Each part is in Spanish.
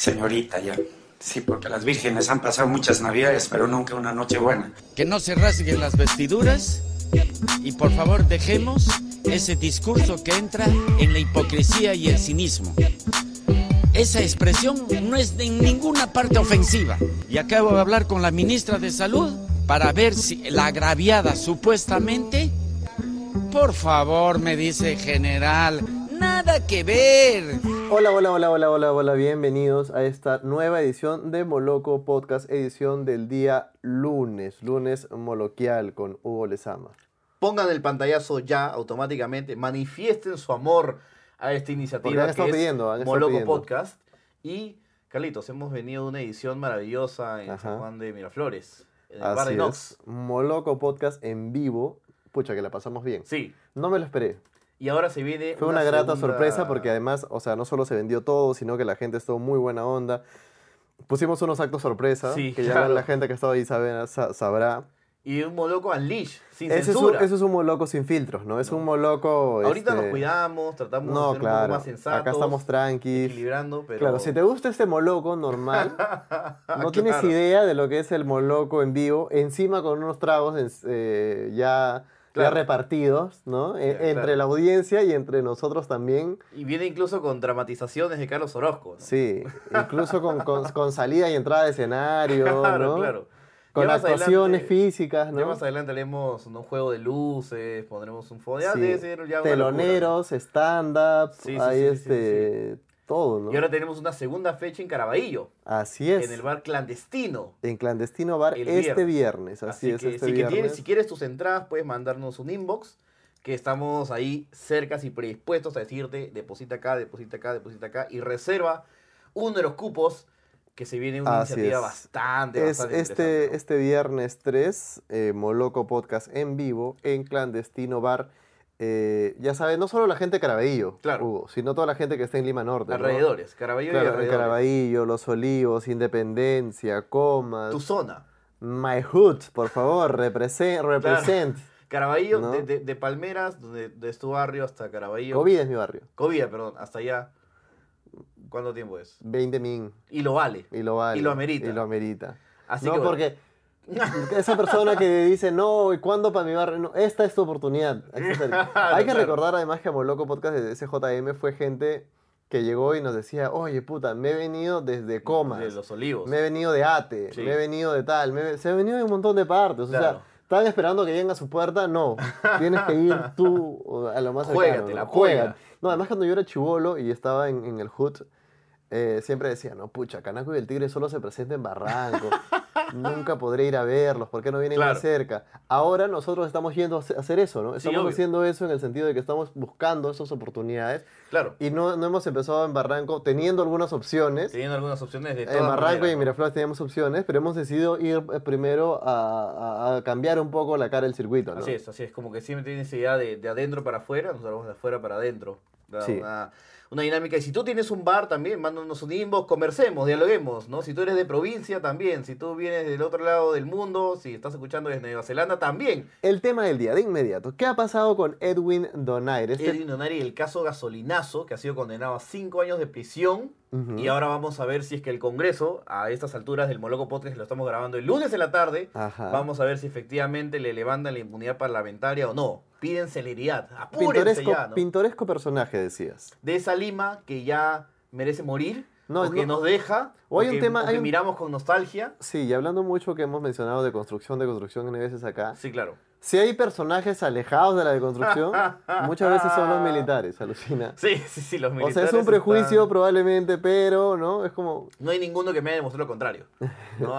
señorita ya. Sí, porque las vírgenes han pasado muchas navidades, pero nunca una noche buena. Que no se rasguen las vestiduras y por favor dejemos ese discurso que entra en la hipocresía y el cinismo. Esa expresión no es de ninguna parte ofensiva. Y acabo de hablar con la ministra de Salud para ver si la agraviada supuestamente... Por favor, me dice general, nada que ver. Hola, hola, hola, hola, hola, hola, bienvenidos a esta nueva edición de Moloco Podcast, edición del día lunes, lunes moloquial con Hugo Lezama. Pongan el pantallazo ya automáticamente, manifiesten su amor a esta Porque iniciativa han que estado es pidiendo, han estado Moloco pidiendo. Podcast. Y, Carlitos, hemos venido de una edición maravillosa en Ajá. San Juan de Miraflores, en el bar Así de es, Nox. Moloco Podcast en vivo, pucha que la pasamos bien. Sí, No me lo esperé, y ahora se viene fue una, grata segunda- sorpresa porque además, o sea, no solo se vendió todo, sino que la gente estuvo muy buena onda. Pusimos unos actos sorpresa, Sí, que ya claro. la gente que ha estado ahí sabe- sa- sabrá. Y un Moloco Unleash, sin Ese es, un, censura. ese es un moloco sin filtros, ¿no? Es un moloco... Ahorita este, nos cuidamos, tratamos de No, ser un poco claro. más sensatos. Acá estamos tranquilos. equilibrando, pero... Ah, Claro, si te gusta este moloco normal, no tienes Claro. idea de lo que es el moloco en vivo, encima con unos tragos en- eh, ya, ya Claro. repartidos, ¿no? E- Ya, entre claro. la audiencia y entre nosotros también. Y viene incluso con dramatizaciones de Carlos Orozco. ¿no? Sí, incluso con, con- con salida y entrada de escenario, Claro, ¿no? claro. Con Ya más actuaciones adelante- físicas, Ya Ah, ¿no? más adelante haremos un juego de luces, pondremos un fondo. Ya Sí. debe ser ya una locura, Teloneros, stand-up, Sí, sí, hay sí, sí, sí, este, todo, ¿no? ¿no? Y ahora tenemos una segunda fecha en Caraballo, Así es. en el bar clandestino. En Clandestino Bar El este viernes. viernes. Así, es, que, este si, que viernes. tienes- si quieres tus entradas, puedes mandarnos un inbox, que estamos ahí cercas y predispuestos a decirte, deposita acá, deposita acá, deposita acá, y reserva uno de los cupos, que se viene una Así iniciativa es. bastante, Es bastante interesante, este, ¿no? este viernes 3, eh, Moloco Podcast en vivo en Clandestino Bar. Eh, ya sabes, no solo la gente de Caraballo, Claro. Hugo, sino toda la gente que está en Lima Norte. ¿no? Alrededores, Caraballo Claro, y en alrededores. Caraballo, Los Olivos, Independencia, Comas. Tu zona. My Hood, por favor, represent. represent. Caraballo, ¿No? de, de- de Palmeras, donde, de tu barrio hasta Caraballo. COVID es mi barrio. Covida, perdón, hasta allá. ¿Cuánto tiempo es? 20 min. Y lo vale. Y lo vale. Y lo amerita. Y lo amerita. Así no, que, bueno, porque esa persona que dice, no, ¿y cuándo para mi barrio? No, esta es tu oportunidad. Hay que, hacer- hay que Ah, Claro. recordar además que Amoloco Podcast de SJM fue gente que llegó y nos decía, oye, puta, me he venido desde Comas, De los olivos. me he venido de Ate, Sí. me he venido de tal, me he- se ha venido de un montón de partes. O Claro. sea, ¿estaban esperando que lleguen a su puerta? No, tienes que ir tú o, a lo más cercano. Juégatela, ¿no? juega. Juega. No, además cuando yo era chivolo y estaba en, en el hood, eh, siempre decía, no, pucha, Canaco y el Tigre solo se presentan en Barranco. Nunca podré ir a verlos, ¿por qué no vienen Claro. más cerca? Ahora nosotros estamos yendo a hace- a hacer eso, ¿no? Estamos obvio. haciendo eso en el sentido de que estamos buscando esas oportunidades Claro. y no, no hemos empezado en Barranco teniendo algunas opciones. Teniendo algunas opciones de todas En Barranco Eh, y en maneras, ¿no? Miraflores teníamos opciones, pero hemos decidido ir eh, primero a, a- a cambiar un poco la cara del circuito, ¿no? Así es, así es. Como que siempre tienes idea de, de adentro para afuera, nosotros vamos de afuera para adentro. Da Sí. Una, una dinámica. Y si tú tienes un bar también, mándanos un inbox, conversemos, dialoguemos, ¿no? Si tú eres de provincia también, si tú vienes del otro lado del mundo, si estás escuchando desde Nueva Zelanda también. El tema del día, de inmediato. ¿Qué ha pasado con Edwin Donaire? Este- Edwin Donari, el caso gasolinazo, que ha sido condenado a cinco años de prisión. Ujú. Y ahora vamos a ver si es que el Congreso, a estas alturas del Moloco Podcast, lo estamos grabando el lunes en la tarde, Ajá. vamos a ver si efectivamente le levantan la impunidad parlamentaria o no. Piden celeridad, apúrense pintoresco, ya, ¿no? pintoresco personaje, decías. De esa Lima que ya merece morir, No, o que no. nos deja, O hay que- un tema- hay que un- miramos con nostalgia. Sí, y hablando mucho que hemos mencionado de construcción, de construcción en veces acá. Sí, claro. Si hay personajes alejados de la deconstrucción, muchas veces son los militares, alucina. Sí, sí, sí, los O militares sea, es un prejuicio están- probablemente, pero, ¿no? Es como, No hay ninguno que me haya demostrado lo contrario, ¿no?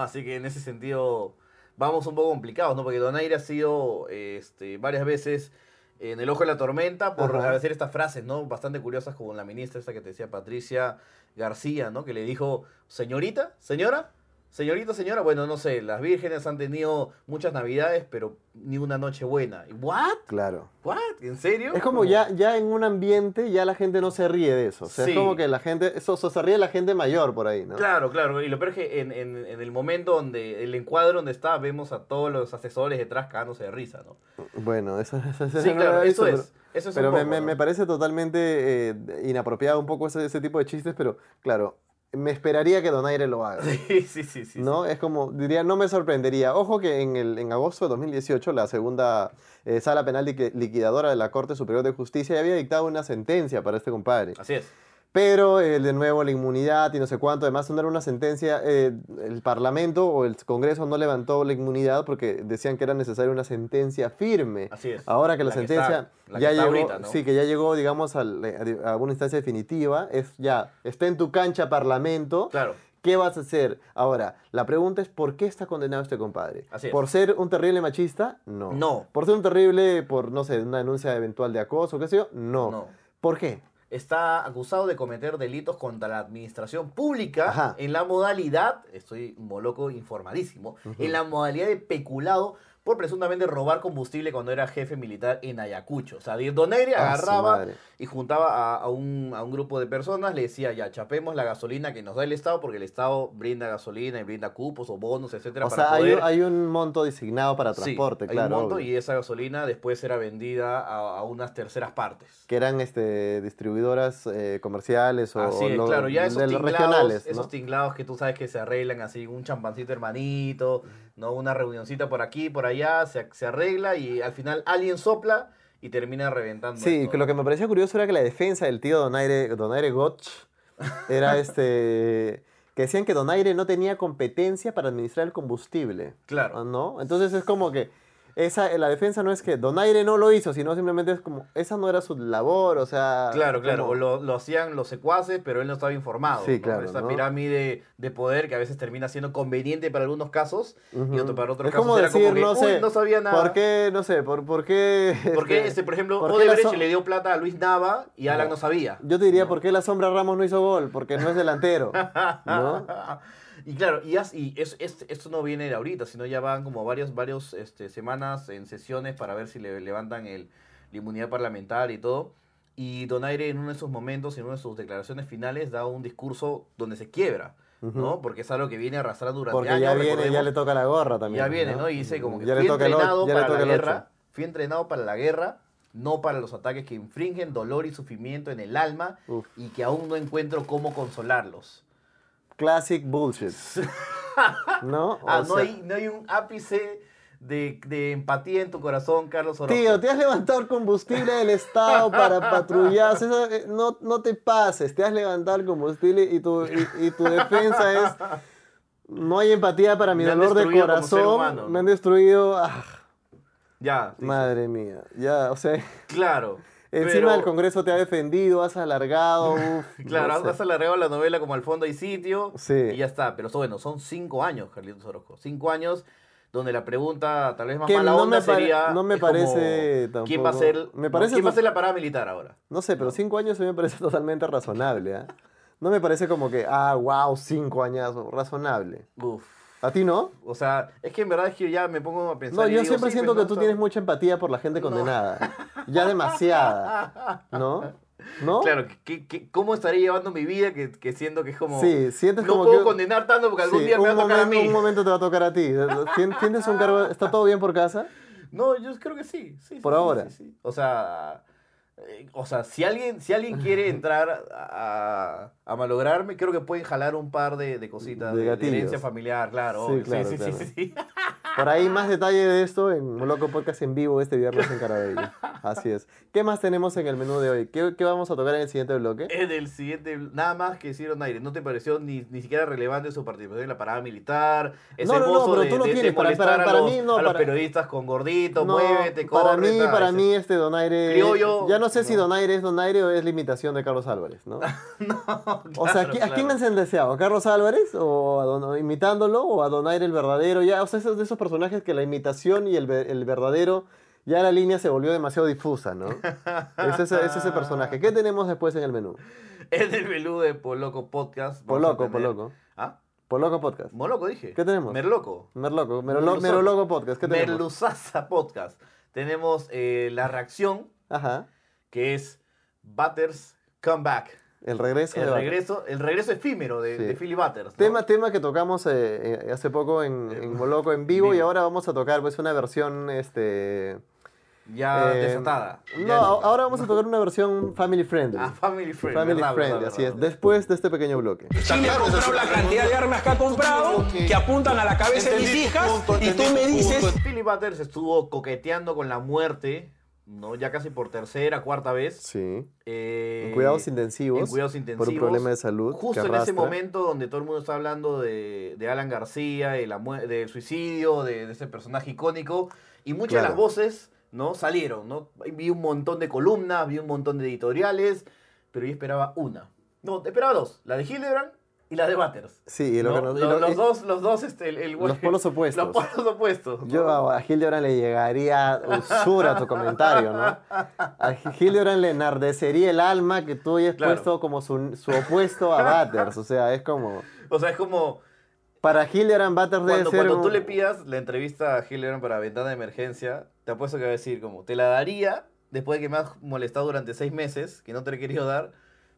Así que en ese sentido vamos un poco complicados, ¿no? Porque Donaire ha sido este, varias veces en el ojo de la tormenta por Ajá. hacer estas frases, ¿no? Bastante curiosas como la ministra esta que te decía Patricia García, ¿no? Que le dijo, señorita, señora, señorita, señora, bueno, no sé, las vírgenes han tenido muchas navidades, pero ni una noche buena. ¿Y ¿What? claro. ¿What? ¿En serio? Es como ya, ya en un ambiente, ya la gente no se ríe de eso. O sea, Sí. es como que la gente, eso, eso se ríe la gente mayor por ahí, ¿no? Claro, claro. Y lo peor es que en, en- en el momento donde, el encuadre donde está, vemos a todos los asesores detrás cagándose de risa, ¿no? Bueno, eso, eso- eso Sí, no lo claro, había eso visto, es. Eso es Pero un me, poco, me- ¿no? me parece totalmente eh, inapropiado un poco ese, ese tipo de chistes, pero claro, me esperaría que Donaire lo haga. Sí, sí, sí, sí. ¿no? Es como, diría, no me sorprendería. Ojo que en, el, en agosto de 2018 la segunda eh, sala penal liqui- liquidadora de la Corte Superior de Justicia ya había dictado una sentencia para este compadre. Así es. Pero eh, de nuevo la inmunidad y no sé cuánto, además no era una sentencia, eh, el Parlamento o el Congreso no levantó la inmunidad porque decían que era necesaria una sentencia firme. Así es. Ahora que la, La que sentencia está- la que ya está llegó, ahorita, ¿no? sí, que ya llegó, digamos, al- eh, a, a una instancia definitiva, es ya, está en tu cancha Parlamento, Claro. ¿Qué vas a hacer? Ahora, la pregunta es ¿por qué está condenado este compadre? Así es. ¿Por ser un terrible machista? No. No. ¿Por ser un terrible, por, no sé, una denuncia eventual de acoso, qué sé yo? No. No. ¿Por qué? Está acusado de cometer delitos contra la administración pública Ajá. en la modalidad, estoy moloco informadísimo, en la modalidad de peculado por presuntamente robar combustible cuando era jefe militar en Ayacucho. O sea, Don Aire Ah, su agarraba madre. y juntaba a, a un, a un grupo de personas, le decía, ya, chapemos la gasolina que nos da el Estado, porque el Estado brinda gasolina y brinda cupos o bonos, etcétera, O para sea, hay, poder... un- hay un monto designado para Sí, transporte, hay un claro. monto obvio. y esa gasolina después era vendida a, a unas terceras partes. Que eran este, distribuidoras eh, comerciales o Así es, lo- claro, ya esos de los tinglados, regionales. ¿no? esos tinglados que tú sabes que se arreglan así, un champancito hermanito, ¿no? Una reunioncita por aquí, por allá, se, se arregla y al final alguien sopla y termina reventando. Sí, esto, que lo que me parecía curioso era que la defensa del tío Donaire, Donaire Gotch era este. que decían que Donaire no tenía competencia para administrar el combustible. Claro. ¿No? Entonces es como que. Esa, la defensa no es que Donaire no lo hizo, sino simplemente es como. Esa no era su labor, o sea. Claro, claro. como- O lo, lo hacían los secuaces, pero él no estaba informado. Sí, ¿no? claro, Esa ¿no? pirámide de poder que a veces termina siendo conveniente para algunos casos y Ujú. otro para otros Es casos. como Era decir, que, no "Uy, sé. no sabía nada. ¿Por qué? No sé, ¿por, por qué? ¿Por qué, este, este, por ejemplo, ¿por qué la Odebrecht so- le dio plata a Luis Nava y Alan no, sabía? Yo te diría, ¿por qué la sombra Ramos no hizo gol? Porque no es delantero. ¿No? Y claro, y, as- y es- es- esto no viene de ahorita, sino ya van como varias varios, este, semanas en sesiones para ver si le levantan el, la inmunidad parlamentaria y todo. Y Donaire en uno de sus momentos, en una de sus declaraciones finales, da un discurso donde se quiebra, ¿no? Porque es algo que viene arrastrando durante Porque años. ya viene, ya recordemos. le toca la gorra también. Ya viene, ¿no? Y dice como que Ya fui le toca el entrenado ocho, ya le para toca la el ocho. guerra, fui entrenado para la guerra, no para los ataques que infringen dolor y sufrimiento en el alma Uf. y que aún no encuentro cómo consolarlos. Classic bullshit. ¿No? Ah, O no, sea, hay, no hay un ápice de, de empatía en tu corazón, Carlos Orozco. Tío, te has levantado el combustible del Estado para patrullar. Eso, eh, no, no te pases, te has levantado el combustible y tu, y, y tu defensa es... No hay empatía para mi Me han dolor de destruido como ser corazón. humano, Me ¿no? han destruido. ah, Ya, dices, madre mía. Ya, o sea, claro. encima pero- del Congreso te ha defendido, has alargado. uf, Claro, no sé. has alargado la novela como al fondo hay sitio Sí. y ya está. Pero so- bueno, son cinco años, Carlitos Orozco. Cinco años donde la pregunta tal vez más Que mala no me onda pare- sería... no me es como, parece ¿Quién va a tampoco- ser, me no, parece ¿quién va a tam- ser la parada militar ahora? No sé, pero cinco años a mí me parece totalmente razonable, ¿ah? No me parece como que, ah, wow, cinco añazos, razonable. Uf. ¿A ti no? O sea, es que en verdad es que ya me pongo a pensar... No, y yo digo, siempre sí, siento pues, que tú no, tienes mucha empatía por la gente No. condenada. Ya demasiada. ¿No? ¿No? Claro, que- que- ¿cómo estaré llevando mi vida que, que siento que es como... Sí, sientes no como puedo que- condenar tanto porque algún Sí, día me va a un tocar a momento- mí. Un momento te va a tocar a ti. Tien- ¿Tienes un cargo? ¿Está todo bien por casa? No, yo creo que sí. sí, sí, Por sí, ahora. sí, sí. O sea, eh, o sea, si alguien, si alguien quiere entrar a, a malograrme, creo que pueden jalar un par de, de cositas De de, de gatillos. herencia familiar, claro. Sí, obvio. claro, sí, sí, claro. sí, sí, sí. Por ahí más detalle de esto en Loco Podcast en vivo este viernes en Carabello. Así es. ¿Qué más tenemos en el menú de hoy? ¿Qué, qué vamos a tocar en el siguiente bloque? En el siguiente, nada más que hicieron aire. ¿No te pareció ni, ni siquiera relevante su participación en la parada militar? Ese No, no, no, mozo pero de, tú no de- de tienes, para- molestar para- para a los, mí, no, a los para- periodistas con gordito, No, muévete, para corre, mí, tal, para ese- mí este Donaire Criollo, ya no sé si no. Donaire es Donaire o es limitación de Carlos Álvarez, ¿no? o sea, ¿a, claro, qui- a quién claro. han sentenciado? ¿A Carlos Álvarez o a Don- o imitándolo o a Donaire el verdadero? Ya, o sea, esos de esos personajes que la imitación y el, ve- el verdadero ya la línea se volvió demasiado difusa, ¿no? Es ese, es ese personaje. ¿Qué tenemos después en el menú? En el velú de Poloco Podcast. vamos a Poloco, tener- Poloco. ¿Ah? Poloco Podcast. Moloco dije. ¿Qué tenemos? Merloco. Merloco, Merolo- Merluzoco. Meroloco Podcast. ¿Qué tenemos? Merluzaza Podcast. Tenemos eh, la reacción, Ajá. que es Butters Comeback. El regreso de El Vaca. regreso, el regreso efímero de, Sí. de Philly Butters. ¿no? Tema, tema que tocamos eh, eh, hace poco en, en Moloco en vivo y Vivo. ahora vamos a tocar pues una versión este Ya Eh, desatada. ya No, desatada. ahora vamos a tocar una versión family friendly. Ah, Family Friend. family verdad, friendly, verdad, así verdad, es. verdad. Después de este pequeño bloque. Chile ha comprado la cantidad de armas que ha comprado, que apuntan a la cabeza de mis hijas, y tú me dices Philip Butters estuvo coqueteando con la muerte, ¿no? Ya casi por tercera, cuarta vez. Sí. Eh, En cuidados intensivos. en cuidados Por un intensivos, problema de salud. que Justo en ese arrastra. momento donde todo el mundo está hablando de, de Alan García, de la mue- del suicidio, de, de ese personaje icónico, y muchas de las Claro. voces no salieron, ¿no? Vi un montón de columnas, vi un montón de editoriales, pero yo esperaba una. No, esperaba dos, la de Hildebrand y la de Butters. Sí, y lo ¿no? que nos- y Lo- lo- los y- dos, los dos, este, el, el- Los polos opuestos. Los polos opuestos. Yo a, a Hildebrand le llegaría usura a tu comentario, ¿no? A Hildebrand le enardecería el alma que tú hayas Claro. puesto como su, su opuesto a Butters. O sea, es como. O sea, es como Para Hildebrand, Butters debe Cuando, ser. cuando un- tú le pidas la entrevista a Hildebrand para Ventana de Emergencia, te apuesto que va a decir como, te la daría después de que me has molestado durante seis meses, que no te la he querido dar,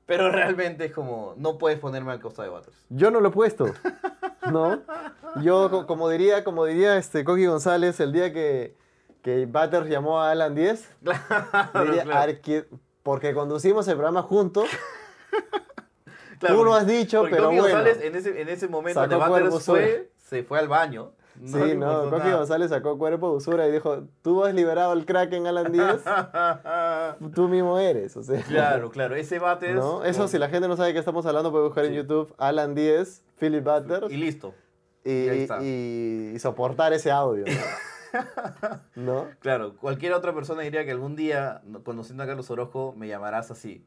pero realmente es como, no puedes ponerme al costa de Butters. Yo no lo he puesto. ¿No? Yo, co- como diría, como diría este Coqui González, el día que, que Butters llamó a Alan 10, Claro, diría, claro, "Arqui- porque conducimos el programa juntos, claro, tú lo porque- has dicho, porque pero Coqui bueno. González en ese, en ese momento Sacó donde cuerpos Butters fue, se fue al baño. Sí, le no, importó Coqui nada. González sacó cuerpo de usura y dijo, tú has liberado al Kraken Alan 10, tú mismo eres, o sea. Claro, claro, ese Butters... ¿no? Eso, como- si la gente no sabe de qué estamos hablando, puede buscar en Sí. YouTube Alan 10, Philip Butters Y y, listo. ahí y, está. y soportar ese audio. ¿No? ¿No? Claro, cualquier otra persona diría que algún día, no- conociendo a Carlos Orozco, me llamarás así.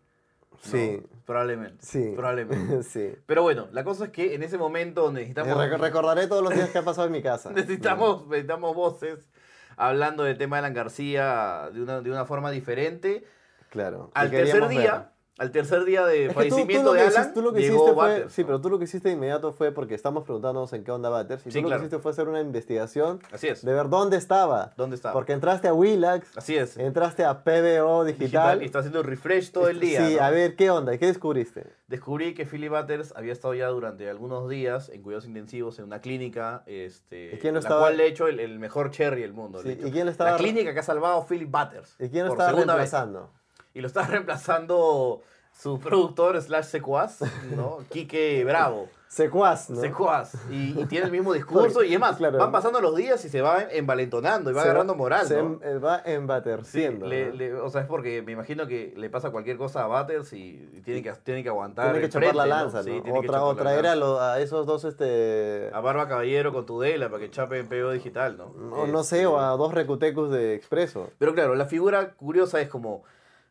¿no? Sí. Probablemente. Sí. Probablemente. sí. Pero bueno, la cosa es que en ese momento donde Eh, necesitamos, rec- recordaré todos los días que ha pasado en mi casa. necesitamos, necesitamos voces hablando del tema de Alan García de una, de una forma diferente. Mm, Claro. y Al tercer queríamos día, ver. al tercer día Es que de tú- tú, fallecimiento lo que de hiciste, Alan, tú lo que llegó hiciste fue, Butters, sí, ¿no? pero tú lo que hiciste de inmediato fue porque estamos preguntándonos en qué onda Butters y Sí, tú lo claro. que hiciste fue hacer una investigación Así es. de ver dónde estaba. ¿Dónde estaba? Porque entraste a Willax, Así es. entraste a PBO Digital. Digital, y está haciendo refresh todo el día. Sí, ¿no? a ver, ¿qué onda? ¿Y qué descubriste? Descubrí que Philly Butters había estado ya durante algunos días en cuidados intensivos en una clínica, este, ¿Y quién no la estaba- cual le he hecho el, el mejor cherry del mundo. Sí, le he hecho. ¿y quién lo estaba- La clínica que ha salvado Philly Butters. ¿Y quién lo por estaba segunda vez. reemplazando? Y lo estaba reemplazando su productor slash secuaz, ¿no? Quique Bravo, Secuaz, ¿no? secuaz. Y, y tiene el mismo discurso y demás. Claro. Van pasando los días y se va envalentonando y va Se agarrando moral, Se ¿no? em- eh, va Sí, embaterciendo. le- ¿no? le- o sea, es porque me imagino que le pasa cualquier cosa a Butters y, y tiene, que, tiene que aguantar. Tiene que el chapar la frente, ¿no? lanza, Sí, ¿no? tiene que Otra, chapar la otra era lanza. Ah, lo- a esos dos, este... A Barba Caballero con Tudela para que chape en PO digital, ¿no? o no Este, sé, o a dos recutecos de expreso. Pero claro, la figura curiosa es como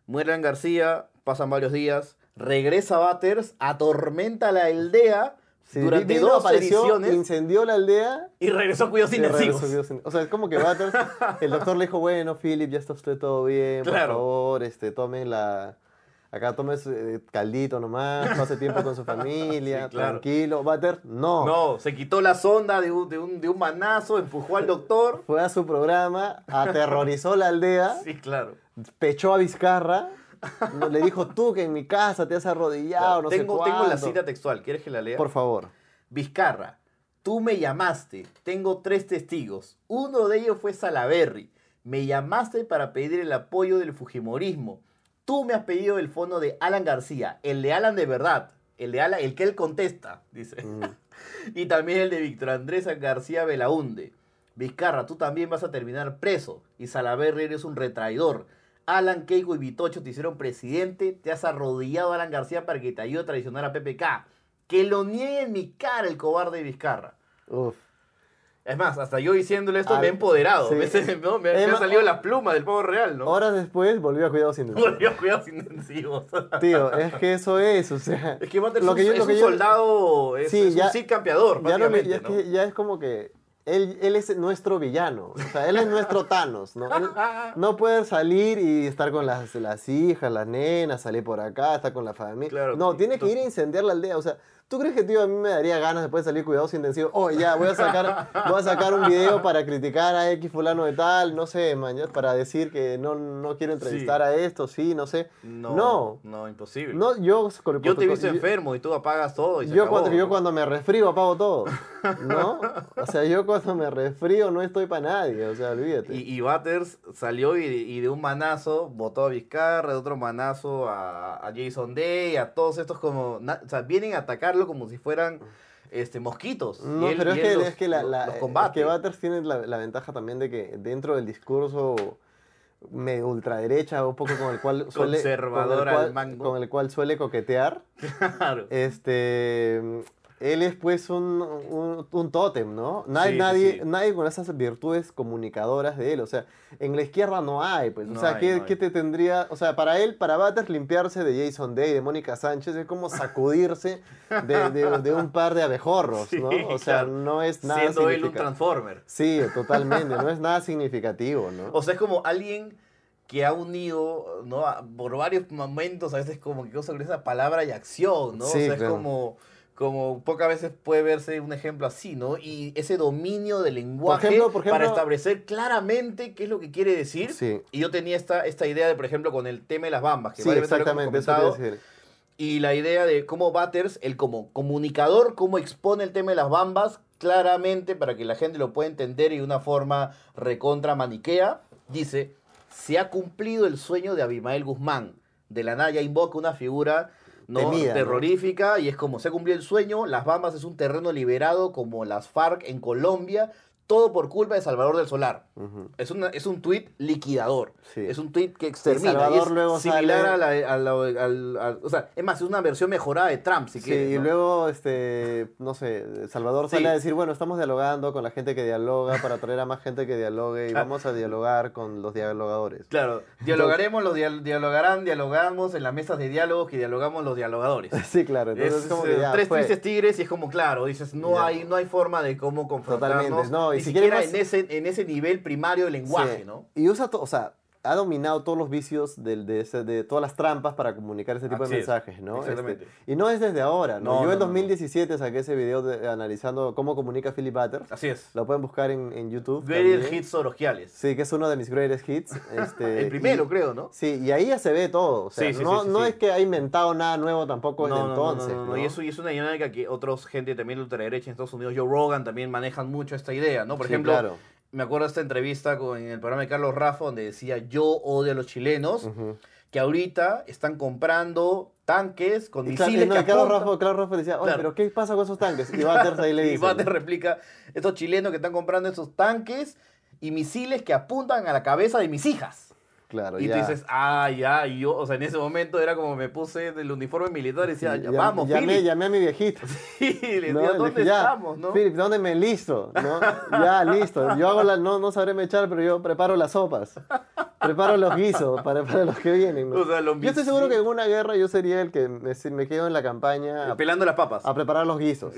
mueran García, pasan varios días, regresa Butters, atormenta la aldea Sí, durante vino, dos apareció, ediciones incendió la aldea. y regresó a Cuidados y regresó, Intensivos. vio sin- O sea, es como que Butters, el doctor le dijo, bueno, Philip, ya está usted todo bien, Claro. por favor, este, tome la... Acá tome su eh, caldito nomás, pase tiempo con su familia, Sí, claro. tranquilo. Butters, no. No, se quitó la sonda de un, de un, de un manazo, empujó al doctor. Fue a su programa, aterrorizó la aldea, Sí, claro. pechó a Vizcarra, no- le dijo, tú que en mi casa te has arrodillado, no tengo, sé tengo la cuánto". cita textual, ¿quieres que la lea? Por favor. Vizcarra, tú me llamaste. Tengo tres testigos. Uno de ellos fue Salaberry. Me llamaste para pedir el apoyo del Fujimorismo. Tú me has pedido el fondo de Alan García, el de Alan de verdad, el de Alan, el que él contesta, dice. y también el de Víctor Andrés García Belaunde. Vizcarra, tú también vas a terminar preso. Y Salaberry eres un retraidor. Alan Keiko y Vitocho te hicieron presidente. Te has arrodillado a Alan García para que te ayude a traicionar a PPK. Que lo niegue en mi cara el cobarde Vizcarra. Uf. Es más, hasta yo diciéndole esto Al- me he empoderado. sí. Me, se- ¿no? Me- me Es han más- salido las plumas del pavo real, ¿no? Horas después volvió a cuidados intensivos. Volvió a cuidados intensivos. Tío, es que eso es, o sea. Es que Butters lo es, que yo- un- lo es que un yo- soldado, es, Sí, es un ya- Cid campeador, Ya, no le- prácticamente, ya es ¿no? que- ya es como que. Él, él es nuestro villano. O sea, él es nuestro Thanos, ¿no? Él no puede salir y estar con las, las hijas, las nenas, salir por acá, estar con la familia. Claro, no, tiene que entonces- ir a incendiar la aldea. O sea, ¿Tú crees que, tío, a mí me daría ganas después de salir cuidados intensivos? Oh, ya, voy a sacar, voy a sacar un video para criticar a X fulano de tal, no sé, man, ya, para decir que no, no quiero entrevistar a esto, sí, no sé. No, No. no, imposible. No, yo, con- yo te he visto yo- enfermo y tú apagas todo y se yo acabó. cuando, yo cuando me resfrío apago todo, ¿no? O sea, yo cuando me resfrío no estoy para nadie, o sea, olvídate. Y, y Butters salió y, y de un manazo votó a Vizcarra, de otro manazo a, a Jason Day, a todos estos como... na- o sea, vienen a atacarlo como si fueran este, mosquitos. y No, él- pero y es él que, los- es que la, los- la- los es combate. que Butters tiene la, la ventaja también de que dentro del discurso medio ultraderecha, un poco con el cual suele, con el Conservador al cual- mango. con el cual suele coquetear, Claro. este, él es pues un, un, un tótem, ¿no? Sí, Nadie, sí, nadie, sí. nadie con esas virtudes comunicadoras de él, o sea, en la izquierda no hay, pues, No o sea, hay, ¿qué, no qué hay. te tendría, o sea, para él, para Butters, limpiarse de Jason Day, de Mónica Sánchez, es como sacudirse de, de- de un par de abejorros, ¿no? Sí, O sea, claro. no es nada Siendo él un significa- Transformer. Sí, totalmente, no es nada significativo, ¿no? O sea, es como alguien que ha unido, ¿no? A- Por varios momentos, a veces como que cosa con esa palabra y acción, ¿no? Sí, o sea, claro. es como, como pocas veces puede verse un ejemplo así, ¿no? Y ese dominio del lenguaje ejemplo- por para ejemplo- establecer claramente qué es lo que quiere decir. Sí. Y yo tenía esta, esta idea de, por ejemplo, con el tema de las bambas, que sí, varias veces lo hemos exactamente, eso te iba a comentado, decir. y la idea de cómo Butters, el como comunicador, cómo expone el tema de las bambas claramente para que la gente lo pueda entender y de una forma recontra maniquea, dice, se ha cumplido el sueño de Abimael Guzmán. De la nada ya invoca una figura ¿no? Temida, ¿no? terrorífica y es como se cumplió el sueño, las bambas es un terreno liberado como las FARC en Colombia, todo por culpa de Salvador del Solar. Ujú. Es, una- es un tuit liquidador. Sí. Es un tuit que extermina. y Salvador es luego similar sale- a la- a la- eh, al- al- o sea, es más, es una versión mejorada de Trump, si Sí, quieres. y ¿no? luego, este, no sé, Salvador Sí. sale a decir, bueno, estamos dialogando con la gente que dialoga para traer a más gente que dialogue y Claro. vamos a dialogar con los dialogadores. Claro, dialogaremos, los dial- dialogarán, dialogamos en las mesas de diálogos que dialogamos los dialogadores. Sí, claro, entonces Es, como que eh, ya tres fue. tristes tigres y es como claro, dices, no Ya. hay no hay forma de cómo confrontarnos, Totalmente, no, y ni si quieres siquiera más- en ese en ese nivel primario de lenguaje, Sí. ¿no? Y usa, to- o sea, ha dominado todos los vicios del- de, ese- de todas las trampas para comunicar ese tipo Así de es, mensajes, ¿no? Este, exactamente. y no es desde ahora, ¿no? No, Yo no, en no, no. 2017 saqué ese video de- analizando cómo comunica Philip Butters. Así es. Lo pueden buscar en, en YouTube. Greatest también. hits oroquiales. Sí, que es uno de mis greatest hits. este, El primero, y- creo, ¿no? Sí, y ahí ya se ve todo. O sea, Sí, sí, no, sí, sí, no sí. es que ha inventado nada nuevo tampoco No, desde no, no, entonces. No, no, no, Y, eso, y es una dinámica que otros gente también de ultraderecha en Estados Unidos, Joe Rogan, también manejan mucho esta idea, ¿no? Por Sí, ejemplo, claro. me acuerdo de esta entrevista con, en el programa de Carlos Rafa, donde decía, yo odio a los chilenos, Ujú. que ahorita están comprando tanques con Y claro, misiles y no, que y Carlos apuntan- Rafa, Carlos Rafa decía, oye, Claro. pero ¿qué pasa con esos tanques? Y Butters ahí le dice. y Butters ¿no? replica, estos chilenos que están comprando esos tanques y misiles que apuntan a la cabeza de mis hijas. Claro, Y ya. tú dices, ah, ya, y yo, o sea, en ese momento era como me puse del uniforme militar y decía, Ya- vamos, llamé, Philip". llamé a mi viejito. Y le ¿no? decía, Le ¿dónde dije, ya, estamos? ¿no? Philip, ¿dónde me listo? ¿no? Ya, listo. Yo hago la, no, no sabré mechar, pero yo preparo las sopas. Preparo los guisos para, para los que vienen. ¿no? O sea, los yo estoy seguro misiles. que en una guerra yo sería el que me, si me quedo en la campaña a, Pelando las papas. a preparar los guisos.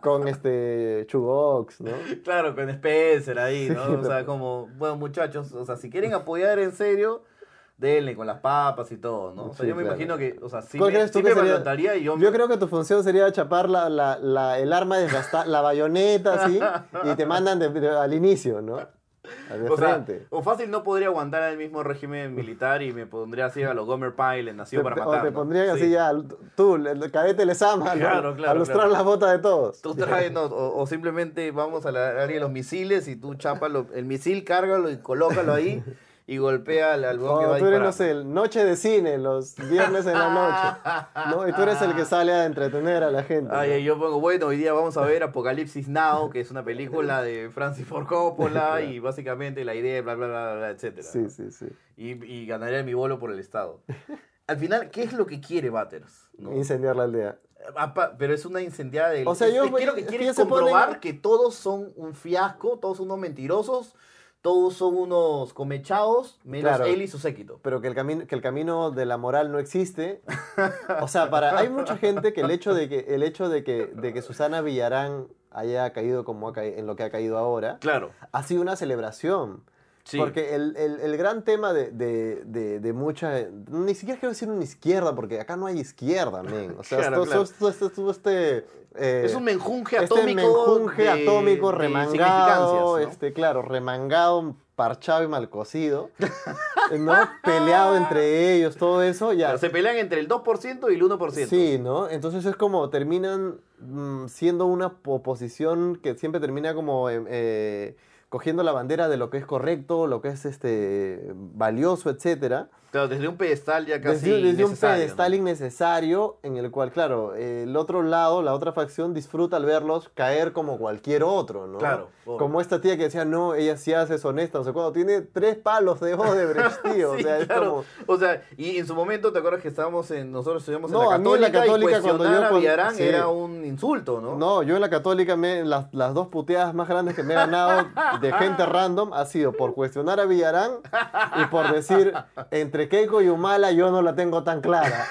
con este chugox, ¿no? Claro, con Spencer ahí, ¿no? Sí, o sea, pero- como, bueno, muchachos, o sea, si quieren apoyar en serio, denle con las papas y todo, ¿no? O sea, Sí, yo me claro. imagino que, o sea, sí ¿Cuál me, crees tú sí que me sería? voluntaría y yo... Yo creo que tu función sería chapar la, la- la- el arma desgastada, la bayoneta, así, y te mandan de- de- al inicio, ¿no? De o, sea, frente. o fácil no podría aguantar el mismo régimen militar y me pondría así a los Gomer Pyle en Nacido Te- para te- Matar. O te ¿no? pondrían Sí. así ya, tú, el, el cadete les ama, ¿no? Claro, claro, A lustrar claro. las botas de todos. Tú traes, no, o, o simplemente vamos a la área de los misiles y tú chapas lo- el misil, cárgalo y colócalo ahí y golpea al, al O huevón que va a tú eres, disparar. no sé, el noche de cine, los viernes en la noche. ¿no? Y tú eres el que sale a entretener a la gente. Ay, ¿no? ay, yo pongo, bueno, hoy día vamos a ver Apocalipsis Now, que es una película de Francis Ford Coppola y básicamente la idea, bla, bla, bla, bla, etcétera. Sí, sí, sí. Y, y ganaré mi bolo por el Estado. Al final, ¿qué es lo que quiere Butters? no? Incendiar la aldea. Apa- pero es una incendiada de... O sea, es, yo- es que lo que es quiere que es se ponen- comprobar que todos son un fiasco, todos son unos mentirosos, todos son unos comechados, menos Claro. él y su séquito. pero que el camino que el camino de la moral no existe. O sea, para hay mucha gente que el hecho de que el hecho de que de que Susana Villarán haya caído como ha caído, en lo que ha caído ahora Claro. ha sido una celebración. Sí. Porque el, el- el gran tema de, de, de- de mucha. Ni siquiera quiero decir una izquierda, porque acá no hay izquierda, men. O sea, Claro, esto- claro. esto- esto- esto- este. eh, Es un menjunje este atómico. menjunje de- atómico de remangado, significancias, ¿no? este, claro, remangado, parchado y malcocido, ¿no? Peleado entre ellos, todo eso, ya. Pero Se pelean entre el 2% y el 1%. Sí, ¿no? Entonces es como terminan mm, siendo una oposición que siempre termina como eh, eh, cogiendo la bandera de lo que es correcto, lo que es este valioso, etcétera. Claro, desde un pedestal ya casi. Desde, desde un necesario, pedestal innecesario en el cual, claro, eh, el otro lado, la otra facción disfruta al verlos caer como cualquier otro, ¿no? Claro, obvio. Como esta tía que decía, no, ella sí hace, es honesta, no sé cuándo, tiene tres palos de Odebrecht, tío. o ¿no? sea, Sí, es claro. como... O sea, y en su momento, ¿te acuerdas que estábamos en. Nosotros estuvimos en No, la a mí en la Católica, Católica y cuando cuestionar yo a con- Villarán sí. era un insulto, ¿no? No, yo en la católica, me, las, las dos puteadas más grandes que me he ganado de gente random ha sido por cuestionar a Villarán y por decir, entre Keiko y Humala yo no la tengo tan clara.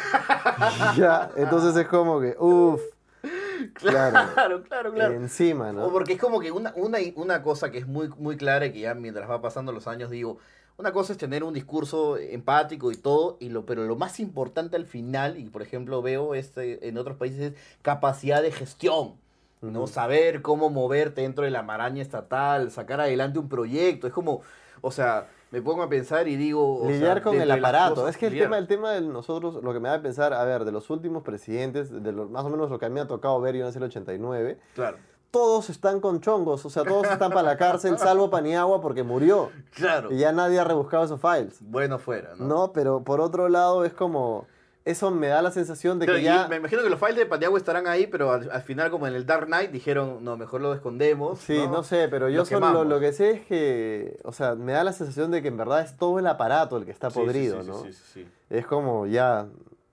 ya, entonces es como que, uff, claro, Claro, claro, claro. encima, Eh, ¿no? O porque es como que una, una, una cosa que es muy, muy clara y que ya mientras va pasando los años digo, una cosa es tener un discurso empático y todo, y lo, pero lo más importante al final, y por ejemplo veo este, en otros países, es capacidad de gestión. ¿no? Ujú. Saber cómo moverte dentro de la maraña estatal, sacar adelante un proyecto. Es como, o sea, me pongo a pensar y digo... o sea, lidiar con dentro el de las aparato. cosas, es que el lidiar. tema, el tema de nosotros, lo que me da a pensar, a ver, de los últimos presidentes, de lo- más o menos lo que a mí me ha tocado ver, yo nací en el 89, Claro, todos están con chongos, o sea, todos están para la cárcel, salvo Paniagua porque murió. claro. Y ya nadie ha rebuscado esos files. Bueno fuera, ¿no? No, pero por otro lado es como. Eso me da la sensación de Claro, que y ya. Me imagino que los files de Paniagua estarán ahí, pero al, al final, como en el Dark Knight, dijeron, no, mejor lo escondemos. Sí, no, sé, pero yo Lo solo lo, quemamos. lo que sé es que. O sea, me da la sensación de que en verdad es todo el aparato el que está Sí, sí, podrido, sí, ¿no? sí, sí, sí. Es como ya.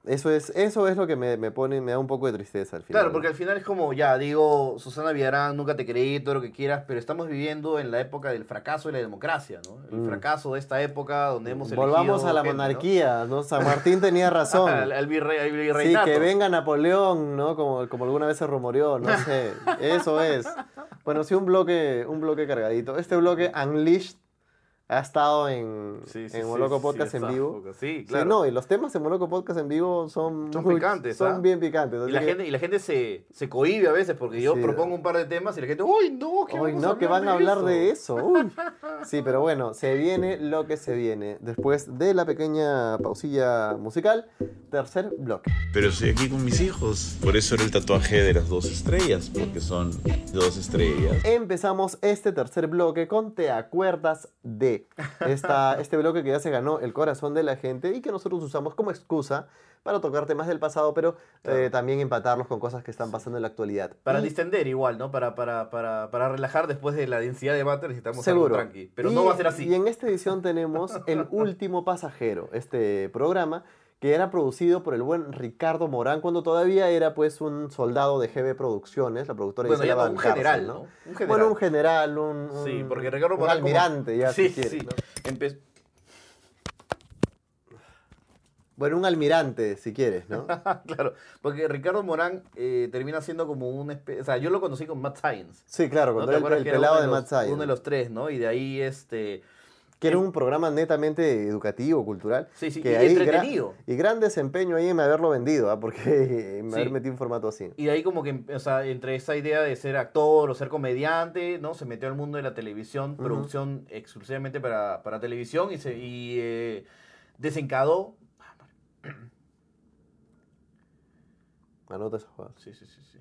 Eso es, eso es lo que me, me pone, me da un poco de tristeza al final. Claro, ¿no? porque al final es como, ya, digo, Susana Villarán, nunca te creí, todo lo que quieras, pero estamos viviendo en la época del fracaso de la democracia, ¿no? El Mm. fracaso de esta época donde hemos elegido Volvamos a la gente, ¿no? monarquía, ¿no? San Martín tenía razón. Al, al virrey, al Sí, virreinato. que venga Napoleón, ¿no? Como, como alguna vez se rumoreó, no sé. Eso es. Bueno, sí, un bloque, un bloque cargadito. Este bloque Unleashed ha estado en, Sí, sí, en sí, Moloco sí, Podcast en está, vivo. poco. Sí, Sí, claro. no, y los temas en Moloco Podcast en vivo son, Son muy- picantes, Son ¿ah? bien picantes. y así la que- gente, y la gente se, se cohíbe a veces porque yo Sí. propongo un par de temas y la gente, uy, no, que Uy, no, que van a hablar de eso. uy. Sí, pero bueno, se viene lo que se viene. Después de la pequeña pausilla musical, tercer bloque. Pero estoy aquí con mis hijos. Por eso era el tatuaje de las dos estrellas, porque son dos estrellas. Empezamos este tercer bloque con Te acuerdas de Esta- este bloque que ya se ganó el corazón de la gente y que nosotros usamos como excusa para tocar temas del pasado, pero eh, también empatarlos con cosas que están pasando en la actualidad. Para Y distender igual, ¿no? Para, para, para, para relajar después de la densidad de debate necesitamos seguro. algo tranqui. Pero Y- no va a ser así. Y en esta edición tenemos El último pasajero, este programa que era producido por el buen Ricardo Morán cuando todavía era pues un soldado de GB Producciones, la productora Bueno, ya Gisela no, un Valcárcel, general, ¿no? Un general. Bueno, un general, un, Sí, un- porque Ricardo un Morán como- almirante, ya Sí, si quieres, sí. ¿no? Empe- Bueno, un almirante, si quieres, ¿no? ah, claro, porque Ricardo Morán eh, termina siendo como un... espe- O sea, yo lo conocí con Matt Science. Sí, claro, con ¿no? todo ¿Te el, acuerdas el que era pelado uno de Matt los- Uno de los tres, ¿no? Y de ahí, este... que era un programa netamente educativo, cultural. Sí, sí, que y ahí gra- entretenido. y gran desempeño ahí en haberlo vendido, ¿ah? porque en Sí. haber metido un formato así. Y de ahí como que, o sea, entre esa idea de ser actor o ser comediante, ¿no? Se metió al mundo de la televisión, Ujú. producción exclusivamente para, para televisión y, se, y eh, desencadó... Anota esas cosas. Sí, sí, sí, sí.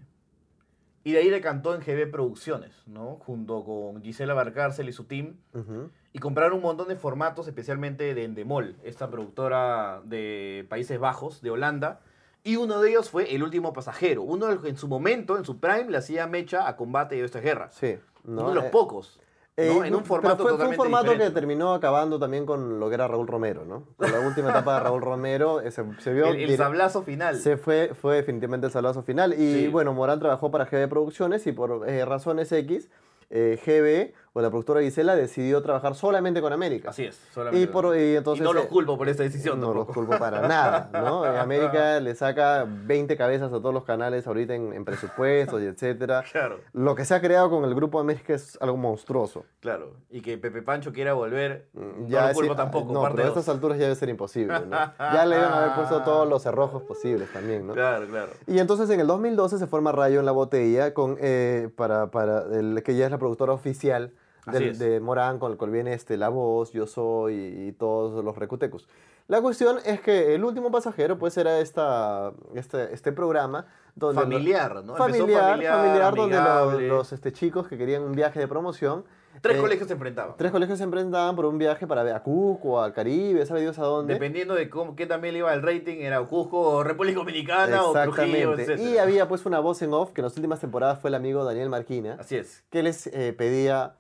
Y de ahí decantó en GB Producciones, ¿no? Junto con Gisela Barcárcel y su team. Ujú. Y compraron un montón de formatos, especialmente de Endemol, esta productora de Países Bajos, de Holanda. Y uno de ellos fue El Último Pasajero. Uno de los que en su momento, en su prime, le hacía mecha a combate de esta guerra. Sí. ¿no? uno de los Eh, pocos. ¿no? eh, En no, un formato pero fue, fue un totalmente formato que diferente. terminó acabando también con lo que era Raúl Romero, ¿no? Con la última etapa de Raúl Romero, eh, se, se vio... El, el dire- sablazo final. Se fue, fue definitivamente el salazo final. Y Sí. bueno, Morán trabajó para GB Producciones y por eh, razones X, eh, GB o la productora Gisela decidió trabajar solamente con América. Así es, Y, solamente. por, y entonces, no los eh, culpo por esta decisión. No los tampoco. culpo para nada, ¿no? Eh, América le saca 20 cabezas a todos los canales ahorita en, en presupuestos y etcétera. Claro, Lo que se ha creado con el Grupo América es algo monstruoso. claro. Y que Pepe Pancho quiera volver, Ya no lo ese- culpo ah, tampoco. No, parte pero a dos. estas alturas ya debe ser imposible, ¿no? Ya le deben haber puesto todos los cerrojos posibles también, ¿no? Claro, claro. Y entonces en el 2012 se forma Rayo en la Botella, con, eh, para, para el, que ya es la productora oficial Así del- es. de Morán, con el cual viene este, La Voz, Yo Soy y, y todos los recutecos. La cuestión es que el último pasajero pues era esta, este, este programa donde... Familiar, ¿no? Empezó Familiar, familiar, donde lo- amigable. los este, chicos que querían un viaje de promoción. Tres eh, colegios se enfrentaban. Tres colegios se enfrentaban por un viaje para ver a Cusco, al Caribe, ¿sabe Dios a dónde? Dependiendo de cómo, qué también le iba el rating, era Cusco o República Dominicana o Trujillo, Exactamente. etc. y había pues una voz en off que en las últimas temporadas fue el amigo Daniel Marquina, Así es. que les eh, pedía...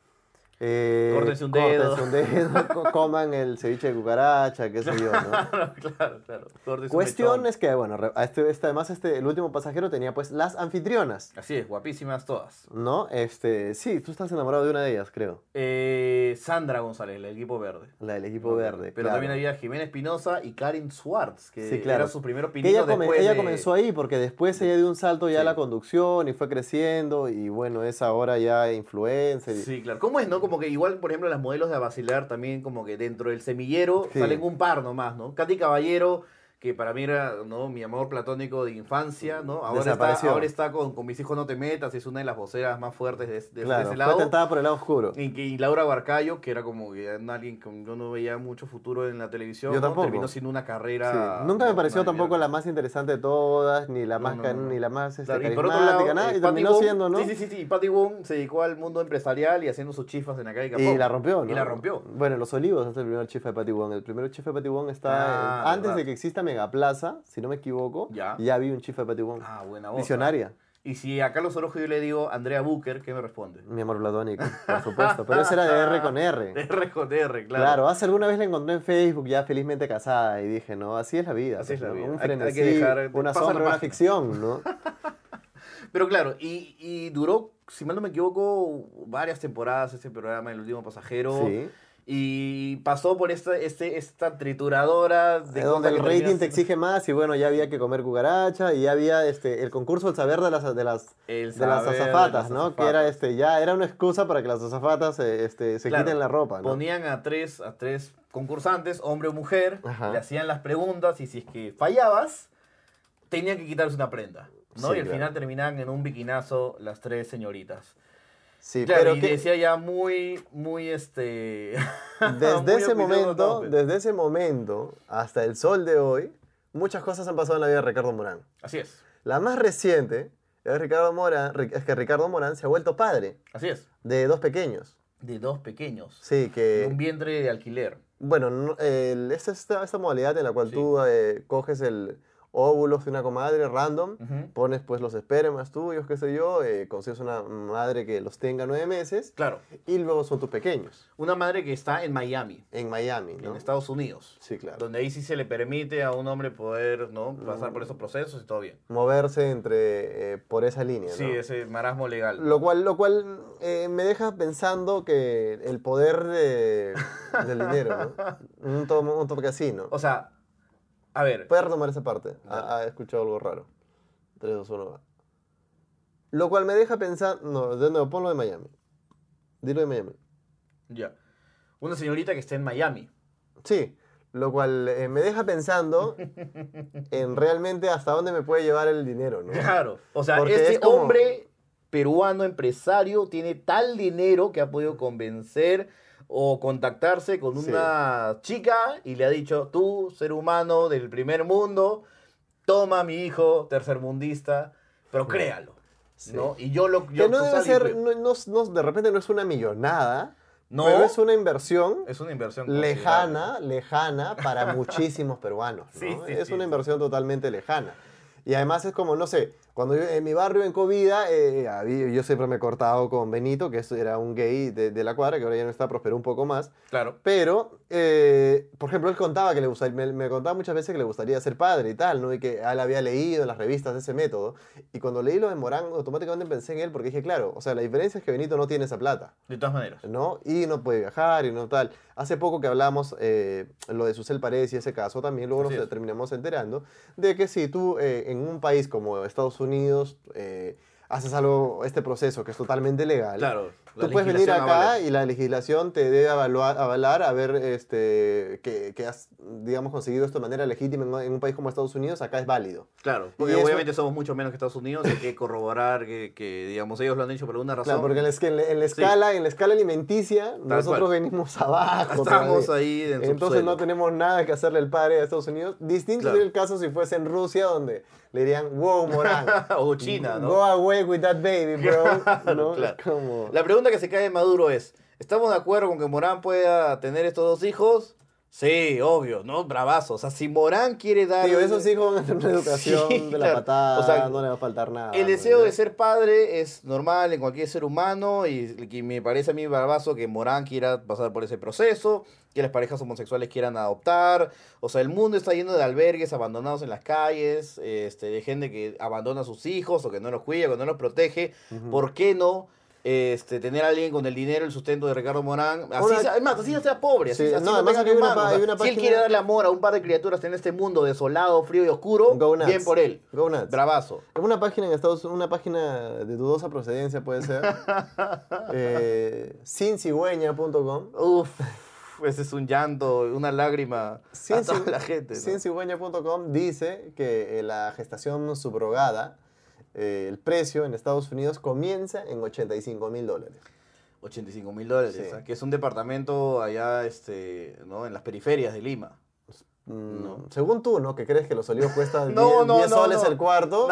Eh, Córtense un dedo. córtense un dedo, co- coman el ceviche de cucaracha, qué sé yo, ¿no? claro, claro. Gordo es un Cuestión mechón. es que, bueno, re- a este, este- además este, el último pasajero tenía pues las anfitrionas, Así es, guapísimas todas. ¿no? Este, sí, tú estás enamorado de una de ellas, creo, Eh, Sandra González, el equipo verde. la del equipo verde. Pero claro. también había Jimena Espinosa y Karin Swartz, que Sí, claro. era su primer Que opinión. ella, come- después ella de- comenzó ahí porque después ella dio un salto ya a Sí. la conducción y fue creciendo y bueno, es ahora ya influencer. y- Sí, claro. ¿Cómo es, no? Como que igual, por ejemplo, las modelos de Abacilar también, como que dentro del semillero Sí. salen un par nomás, ¿no? Katy Caballero, que para mí era, ¿no? Mi amor platónico de infancia, ¿no? Ahora está, Desapareció. ahora está con, con mis hijos no te metas, es una de las voceras más fuertes de, de- de claro, ese fue lado. tentada por el lado oscuro. Y, que- y Laura Barcayo, que era como que era alguien que yo no veía mucho futuro en la televisión, Yo ¿no? tampoco. terminó siendo una Sí. carrera. Nunca me pareció tampoco la la más interesante de todas, ni la No, más, no, ca- no, no. Ni la más este, Claro, y por otro carismática, lado, nada, eh, y Patty terminó Wong- siendo, ¿no? Sí, sí, sí, sí, Patty Wong se dedicó al mundo empresarial y haciendo sus chifas en la calle Y Capó. la rompió, ¿no? Y la rompió. Bueno, Los Olivos es el primer chifa de Patty Wong. El primer chifa de Patty Wong está... Ah, eh, antes verdad. de que exista Megaplaza, si no me equivoco, Ya. vi un chifa de Patty Wong. Ah, buena voz. ah. Visionaria. Y si a Carlos Orojo yo le digo Andrea Booker, ¿qué me responde? Mi amor platónico, por supuesto. Pero ese era de R con R. R con R, claro. Claro. hace alguna vez la encontré en Facebook ya felizmente casada y dije, no, así es la vida. pues, Así es la ¿no? vida. Hay- Un hay que frenesí, dejar- una pasa la sombra, una página. ficción, ¿no? Pero claro, y, y duró, si mal no me equivoco, varias temporadas ese programa, El Último Pasajero. sí. Y pasó por esta, este, esta trituradora De de Eh, donde cosas el que rating termina te siendo exige más y bueno, ya había que comer cucaracha y ya había este, el concurso del saber de las, de las, el de las saber de azafatas, las ¿no? Que era, azafatas. este, ya era una excusa para que las azafatas eh, este, se Claro, quiten la ropa, ¿no? Ponían a tres, a tres concursantes, hombre o mujer, Ajá. le hacían las preguntas y si es que fallabas, tenían que quitarse una prenda. Sí, ¿no? y al claro. final terminaban en un biquinazo las tres señoritas. Sí, Claro, y que- decía ya muy, muy este. Desde ese muy acuicioso, momento, pues. desde ese momento hasta el sol de hoy, muchas cosas han pasado en la vida de Ricardo Morán. Así es, La más reciente es, Ricardo Morán, Ri- es que Ricardo Morán se ha vuelto padre así es. de dos pequeños. De dos pequeños. Sí, de Un que... vientre de alquiler. Bueno, no- el- es esta, esta modalidad en la cual Sí. tú eh, coges el óvulo de una comadre random, Ujú. pones pues los espermas tuyos, qué sé yo, eh, consigues una madre que los tenga nueve meses Claro, y luego son tus pequeños una madre que está en Miami, en Miami, ¿no? en Estados Unidos. Sí, claro. Donde ahí sí se le permite a un hombre poder ¿no? pasar por esos Mm. procesos y todo bien. moverse entre eh, por esa línea, Sí, ¿no? ese marasmo legal. Lo cual, lo cual eh, me deja pensando que el poder de- del dinero, ¿no? Un, to- un toque así, ¿no? O sea, a ver, Puedes retomar esa parte. Ha, ha escuchado algo raro. 3, 2, 1, va. Lo cual me deja pensar. No, de nuevo, ponlo de Miami. Dilo de Miami. ya. Una señorita que esté en Miami. Sí. Lo cual eh, me deja pensando en realmente hasta dónde me puede llevar el dinero, ¿no? Claro. O sea, Porque este es como- hombre peruano empresario tiene tal dinero que ha podido convencer o contactarse con Sí. una chica y le ha dicho, tú, ser humano del primer mundo, toma a mi hijo tercermundista, pero créalo. Sí. ¿no? Y yo lo... Yo, Que no tú debe sal y ser. re- No, no- no- de repente no es una millonada. No. Pero es una inversión Es una inversión considerable. lejana, lejana para muchísimos peruanos. ¿no? Sí, sí, es sí, una sí. inversión totalmente lejana. Y además es como, no sé, Cuando yo- en mi barrio en Covida, eh, había- yo siempre me he cortado con Benito, que es- era un gay de, de la cuadra, que ahora ya no está, prosperó un poco más. Claro. Pero, eh, por ejemplo, él contaba que le gustaría, me, me contaba muchas veces que le gustaría ser padre y tal, ¿no? Y que él había leído en las revistas ese método. Y cuando leí lo de Morán, automáticamente pensé en él porque dije, claro, o sea, la diferencia es que Benito no tiene esa plata. De todas maneras. ¿no? Y no puede viajar y no tal. Hace poco que hablamos eh, lo de Susel Paredes y ese caso también, luego Así nos es. terminamos enterando de que si tú eh, en un país como Estados Unidos eh, haces algo, este proceso que es totalmente legal, Claro. la tú puedes venir legislación acá avala. y la legislación te debe avaluar- avalar a ver este, que, que has, digamos, conseguido esto de manera legítima en, en un país como Estados Unidos, acá es válido. Claro, porque y eso- obviamente somos mucho menos que Estados Unidos, hay que corroborar que, que, digamos, ellos lo han hecho por alguna razón. Claro, porque en la, esca- en la- en la escala, en la escala alimenticia, nosotros cual. venimos abajo. Estamos todavía. ahí en el Entonces subsuelo. no tenemos nada que hacerle al padre de Estados Unidos. Distinto Claro. sería el caso si fuese en Rusia, donde le dirían, wow, Morán. O China, ¿no? Go away with that baby, bro. ¿No? Claro. Es como... La pregunta que se cae de Maduro es, ¿estamos de acuerdo con que Morán pueda tener estos dos hijos? Sí, obvio, ¿no? Bravazo. O sea, si Morán quiere dar... Tío, esos hijos van a tener una educación Sí, de la claro. patada, O sea, no le va a faltar nada. El ¿no? deseo de ser padre es normal en cualquier ser humano y que me parece a mí barbazo que Morán quiera pasar por ese proceso, que las parejas homosexuales quieran adoptar. O sea, el mundo está lleno de albergues abandonados en las calles, este, de gente que abandona a sus hijos o que no los cuida, que no los protege. ¿Por qué no? Este, tener a alguien con el dinero, el sustento de Ricardo Morán. Así Ahora- sea- es más, así no sea pobre. Así, Sí, así no, no, además acá tenga hay ni un una mango. pa- O sea, hay una si él página- quiere darle amor a un par de criaturas en este mundo desolado, frío y oscuro, Go nuts. bien por él. Go nuts. Bravazo. Es una página en Estados Unidos, una página de dudosa procedencia puede ser. eh, sincigüeña.com. Uf, ese es un llanto, una lágrima a toda la gente. ¿no? Ciencigüeña.com dice que eh, la gestación subrogada, eh, el precio en Estados Unidos comienza en 85 mil dólares. 85 mil dólares, Sí. ¿ah? que es un departamento allá este, ¿no? en las periferias de Lima. Mm, No. Según tú, ¿no? Que crees que los olivos cuestan No, 10, no, 10 no, soles no. el cuarto.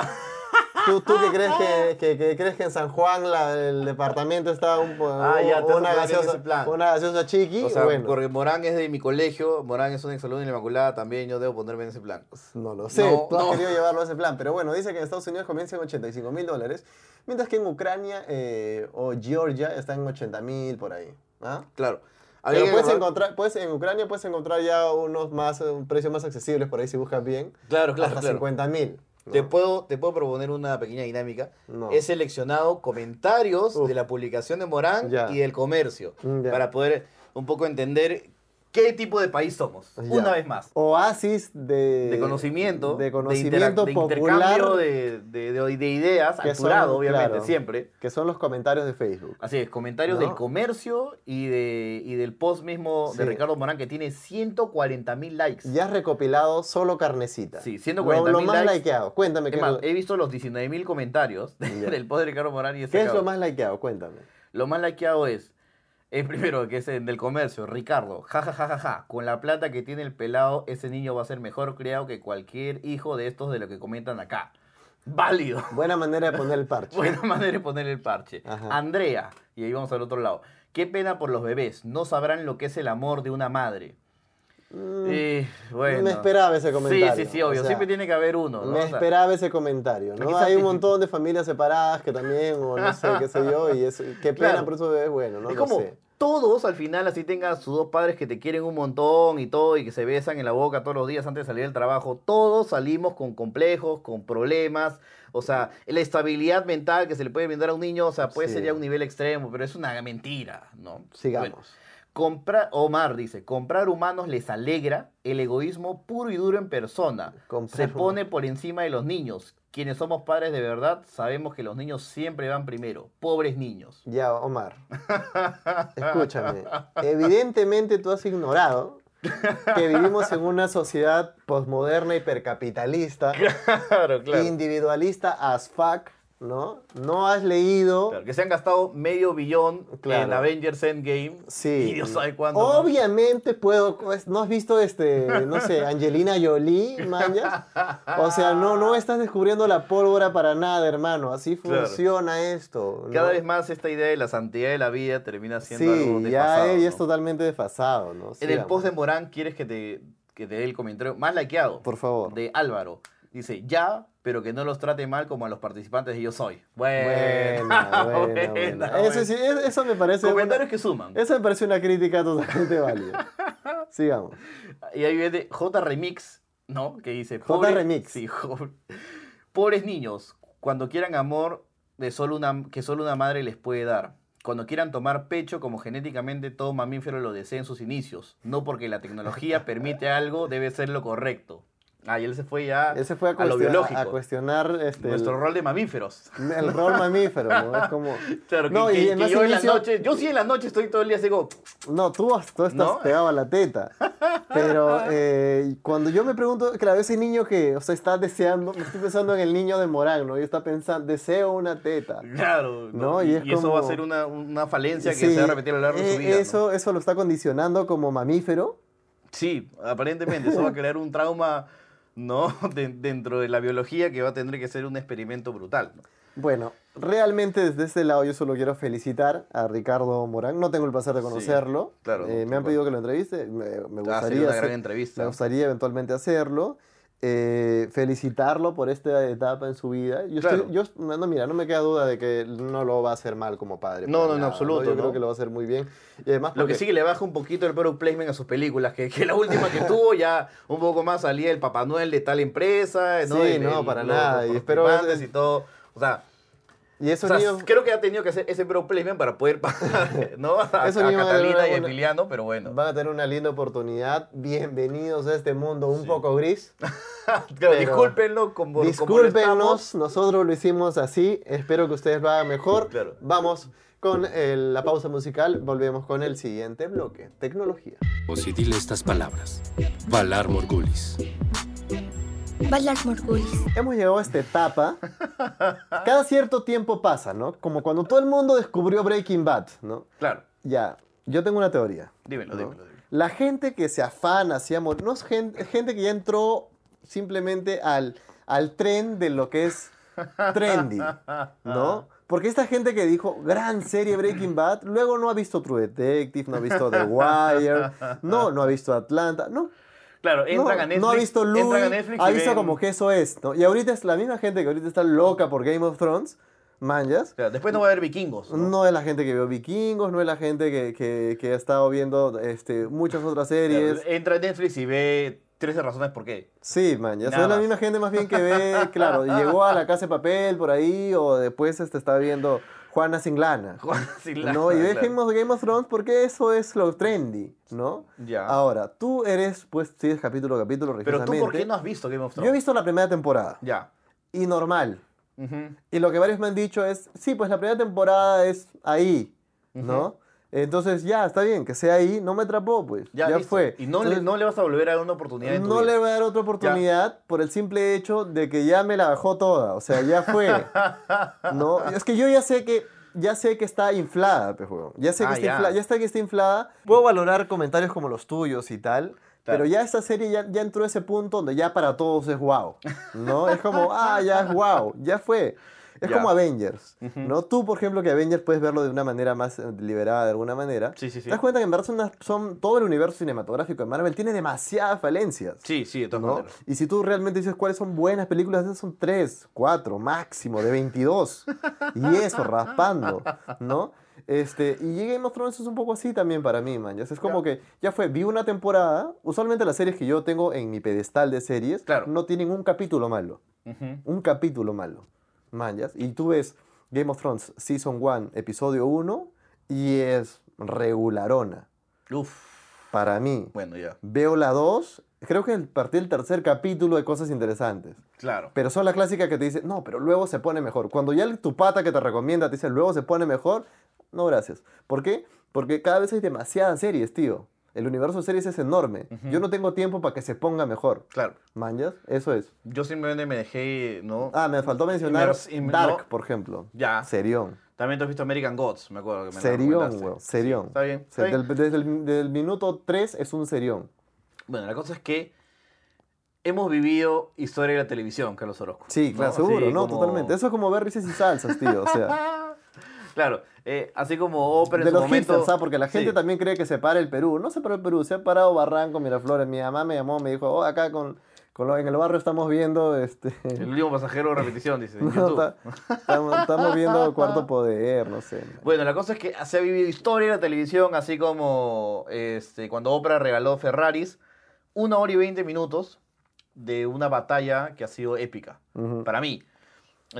¿Tú, tú que, crees que, que- que crees que en San Juan la- el departamento está un, po- Ah, ya, te vas una, a poner en ese gaseosa, plan. una gaseosa chiqui? o sea, bueno, porque Morán es de mi colegio, Morán es un exalumno de la Inmaculada, también yo debo ponerme en ese plan. no lo sé. No, tú has no. querido llevarlo a ese plan. Pero bueno, dice que en Estados Unidos comienza en 85 mil dólares, mientras que en Ucrania eh, o Georgia está en 80 mil por ahí. ¿Ah? Claro. Habría Pero que puedes agarrar- encontrar, puedes, en Ucrania puedes encontrar ya unos más, eh, precios más accesibles por ahí si buscas bien. Claro, claro, Hasta claro. 50 mil. Te puedo, te puedo proponer una pequeña dinámica. No. He seleccionado comentarios Uf. de la publicación de Morán Ya. y del comercio Mm, ya. para poder un poco entender qué tipo de país somos. Una vez más. Oasis de, De conocimiento, de interac- conocimiento de popular, intercambio de, de, de- de ideas, Que son, alturado, obviamente, claro. siempre. que son los comentarios de Facebook. Así es, comentarios ¿No? del comercio y, de, y del post mismo de Sí. Ricardo Morán que tiene 140 mil likes. Ya has recopilado solo carnecita. Sí, Lo- 140.000 Lo, más likes. likeado, cuéntame. Es ¿qué, más, es, he visto los 19 mil comentarios de- Ya. del post de Ricardo Morán y lo- ese ¿qué es cabrón. lo más likeado? Cuéntame. Lo más likeado es, es primero que es el del comercio, Ricardo, ja, ja, ja, ja, ja, con la plata que tiene el pelado, ese niño va a ser mejor criado que cualquier hijo de estos de lo que comentan acá. Válido. Buena manera de poner el parche. Buena manera de poner el parche. Ajá. Andrea, y ahí vamos al otro lado. Qué pena por los bebés, no sabrán lo que es el amor de una madre. Mm, Eh, bueno. Me esperaba ese comentario. Sí, sí, sí, o obvio. sea, Siempre tiene que haber uno. ¿no? Me O sea, esperaba ese comentario, ¿no? Aquí está Hay un típico. montón de familias separadas que también, o no sé, qué sé yo, y es, qué pena, Claro. por eso es bueno, ¿no? es Lo como sé. todos al final así tengan sus dos padres que te quieren un montón y todo y que se besan en la boca todos los días antes de salir del trabajo. Todos salimos con complejos, con problemas. O sea, la estabilidad mental que se le puede brindar a un niño, o sea, puede Sí. ser ya un nivel extremo, pero es una mentira, ¿no? Sigamos. Bueno, compra- Omar dice, comprar humanos les alegra el egoísmo puro y duro en persona. Comprar se pone por encima de los niños. Quienes somos padres de verdad sabemos que los niños siempre van primero. Pobres niños. Ya, Omar. Escúchame. Evidentemente tú has ignorado que vivimos en una sociedad posmoderna hipercapitalista, Claro, individualista as fuck, ¿no? No has leído. Claro, que se han gastado medio billón en Claro. Avengers Endgame. Sí. Y Dios sabe cuándo. ¿no? Obviamente puedo. pues, ¿No has visto este, no sé, Angelina Jolie, mañas? O sea, no, no estás descubriendo la pólvora para nada, hermano. Así Claro. funciona esto. ¿no? Cada vez más esta idea de la santidad de la vida termina siendo algo Sí, desfasado, ya, eh, ya es ¿no? totalmente desfasado, ¿no? En el Sigamos. post de Morán, ¿quieres que te, que te dé el comentario más likeado? Por favor. De Álvaro. Dice, ya, pero que no los trate mal como a los participantes de Yo Soy. Buena, buena, buena. Eso, sí, es- eso me parece. Ah, Comentarios Una, que suman. eso me parece una crítica totalmente válida. Sigamos. Y ahí viene J Remix, ¿no? Que dice. J Remix. Sí, jo- Pobres niños, cuando quieran amor de solo una, que solo una madre les puede dar. Cuando quieran tomar pecho, como genéticamente todo mamífero lo desea en sus inicios. No porque la tecnología permite algo, debe ser lo correcto. Ah, y él se fue ya Ese fue a, a lo cuestionar- biológico. a cuestionar este, Nuestro el, rol de mamíferos. el rol mamífero. ¿no? Es como. Claro, que, no, que- y que además yo en la inicio- noche, yo sí en la noche estoy todo el día así como, No, tú, has- tú estás ¿No? pegado a la teta. Pero eh, cuando yo me pregunto, claro, ese niño que, o sea, está deseando, me estoy pensando en el niño de Morán, ¿no? Y está pensando, deseo una teta. claro, No, y es eso va a como- ser una, una falencia que Sí, se va a repetir a lo largo de su eh, vida. ¿no? Eso, eso lo está condicionando como mamífero. Sí, aparentemente eso va a crear un trauma no De- dentro de la biología que va a tener que ser un experimento brutal. ¿no? Bueno, realmente desde este lado yo solo quiero felicitar a Ricardo Morán. No tengo el placer de conocerlo. claro, Eh, no, me han tampoco. pedido que lo entreviste. Me, me Va a ser una gustaría, gran hacer- entrevista. me gustaría eventualmente hacerlo. Eh, felicitarlo por esta etapa en su vida. Yo, estoy- Claro. yo no, no, mira, no me queda duda de que no lo va a hacer mal como padre. No, para no, en nada, absoluto, Yo ¿no? creo que lo va a hacer muy bien. Y además Lo que porque- sí que le baja un poquito el product placement a sus películas, que, que la última que tuvo ya un poco más salía el Papá Noel de tal empresa, ¿no? Sí, El- no, el- para los- nada, los y espero- participantes y todo. O sea, Y esos o sea, niños- creo que ha tenido que hacer ese product placement para poder pagar, ¿no? A, a Eso mismo era Catalina y una- Emiliano, pero bueno. Van a tener una linda oportunidad. Bienvenidos a este mundo un poco gris. Claro, pero- discúlpenlo como, como lo estamos. Discúlpenos, nosotros lo hicimos así. Espero que ustedes lo hagan mejor. Claro. Vamos con el- la pausa musical. Volvemos con el siguiente bloque: tecnología. O si dile estas palabras. Valar Morgulis. Valar Morgulis. Hemos llegado a esta etapa. Cada cierto tiempo pasa, ¿no? Como cuando todo el mundo descubrió Breaking Bad, ¿no? Claro, Ya, yo tengo una teoría. dímelo, ¿no? dímelo, dímelo. La gente que se afana, hacía amor, no es gen- gente, que ya entró simplemente al, al tren de lo que es trendy, ¿no? Porque esta gente que dijo, gran serie Breaking Bad, luego no ha visto True Detective, no ha visto The Wire, no, no ha visto Atlanta, no. Claro, entran no, a Netflix. no ha visto Louis, entran a Netflix ha y visto ven- como que eso es, ¿no? Y ahorita es la misma gente que ahorita está loca por Game of Thrones, manjas, Claro, después no va a haber vikingos. ¿no? no es la gente que vio Vikingos, no es la gente que, que- que ha estado viendo este, muchas otras Claro, series. entra a Netflix y ve 13 razones por qué. Sí, man, ya Nada es la más. misma gente más bien que ve, claro, llegó a la casa de papel por ahí o después este, está viendo Juana sin lana. Juan Silva, No, y ve claro. Game of- Game of Thrones porque eso es lo trendy, ¿no? Ya. Ahora, tú eres, pues sigues capítulo a capítulo Ah. Pero tú, ¿por religiosamente. qué no has visto Game of Thrones? Yo he visto la primera temporada Ya. y normal. Ujú. Y lo que varios me han dicho es, sí, pues la primera temporada es ahí, ¿no? Entonces ya, está bien, que sea ahí, no me atrapó, pues. Ya, Ya, listo. fue. Y no, Entonces, le, no le vas a volver a dar una oportunidad en tu no vida. le voy a dar otra oportunidad por el simple hecho de que ya me la bajó toda, o sea, ya fue. no, es que yo ya sé que ya sé que está inflada, pues, huevón. Ya sé que Ah, está ya. inflada, ya sé que está inflada. Puedo valorar comentarios como los tuyos y tal. Pero ya esta serie ya, ya entró a ese punto donde ya para todos es wow, ¿no? Es como, ah, ya es wow, ya fue. Es Ya. como Avengers, ¿no? Tú, por ejemplo, que Avengers puedes verlo de una manera más eh, liberada, de alguna manera. Sí, sí, sí. ¿Te das cuenta que en verdad son, unas- son- todo el universo cinematográfico de Marvel tiene demasiadas falencias? Sí, sí, de todas ¿no? maneras. Y si tú realmente dices cuáles son buenas películas, esas son 3, 4, máximo, de 22. y eso, raspando, ¿no? Este, y Game of Thrones es un poco así también para mí, man. ya Es como que ya fue, vi una temporada. Usualmente las series que yo tengo en mi pedestal de series Claro. no tienen un capítulo malo. Un capítulo malo. Man, ya. Y tú ves Game of Thrones Season 1, episodio 1, y es regularona. Uf. Para mí. Bueno, ya. Veo la 2, creo que el partir del tercer capítulo hay cosas interesantes. Claro. Pero son las clásicas que te dicen, no, pero luego se pone mejor. Cuando ya el- tu pata que te recomienda te dice, luego se pone mejor, no gracias. ¿Por qué? Porque cada vez hay demasiadas series, tío. El universo de series es enorme. Yo no tengo tiempo para que se ponga mejor. Claro. ¿Manjas? Eso es. Yo simplemente me dejé, ¿no? Ah, me faltó mencionar Inmers- inmer- Dark, no. por ejemplo. Ya. Serión. También tú has visto American Gods, Ah. me acuerdo que me la Serión, recomendaste. weón. Serión. está bien, O sea, está bien. del- desde el desde el minuto 3 es un serión. Bueno, la cosa es que hemos vivido historia de la televisión, Carlos Orozco. Sí, claro, Así seguro, no, como- totalmente. Eso es como ver risas y salsas, tío. O sea. Claro, eh, así como ópera de en su los momento. hipsters, ¿ah? Porque la gente Sí. también cree que se para el Perú. No se paró el Perú, se ha parado Barranco, Miraflores. Mi mamá me llamó, me dijo, oh, acá con, Con lo- en el barrio estamos viendo este. El último pasajero de repetición, dice. en no, YouTube. ta- estamos, estamos viendo cuarto poder, no sé. Bueno, la cosa es que se ha vivido historia en la televisión, así como este, cuando Oprah regaló Ferraris, una hora y 20 minutos de una batalla que ha sido épica. Ujú. Para mí.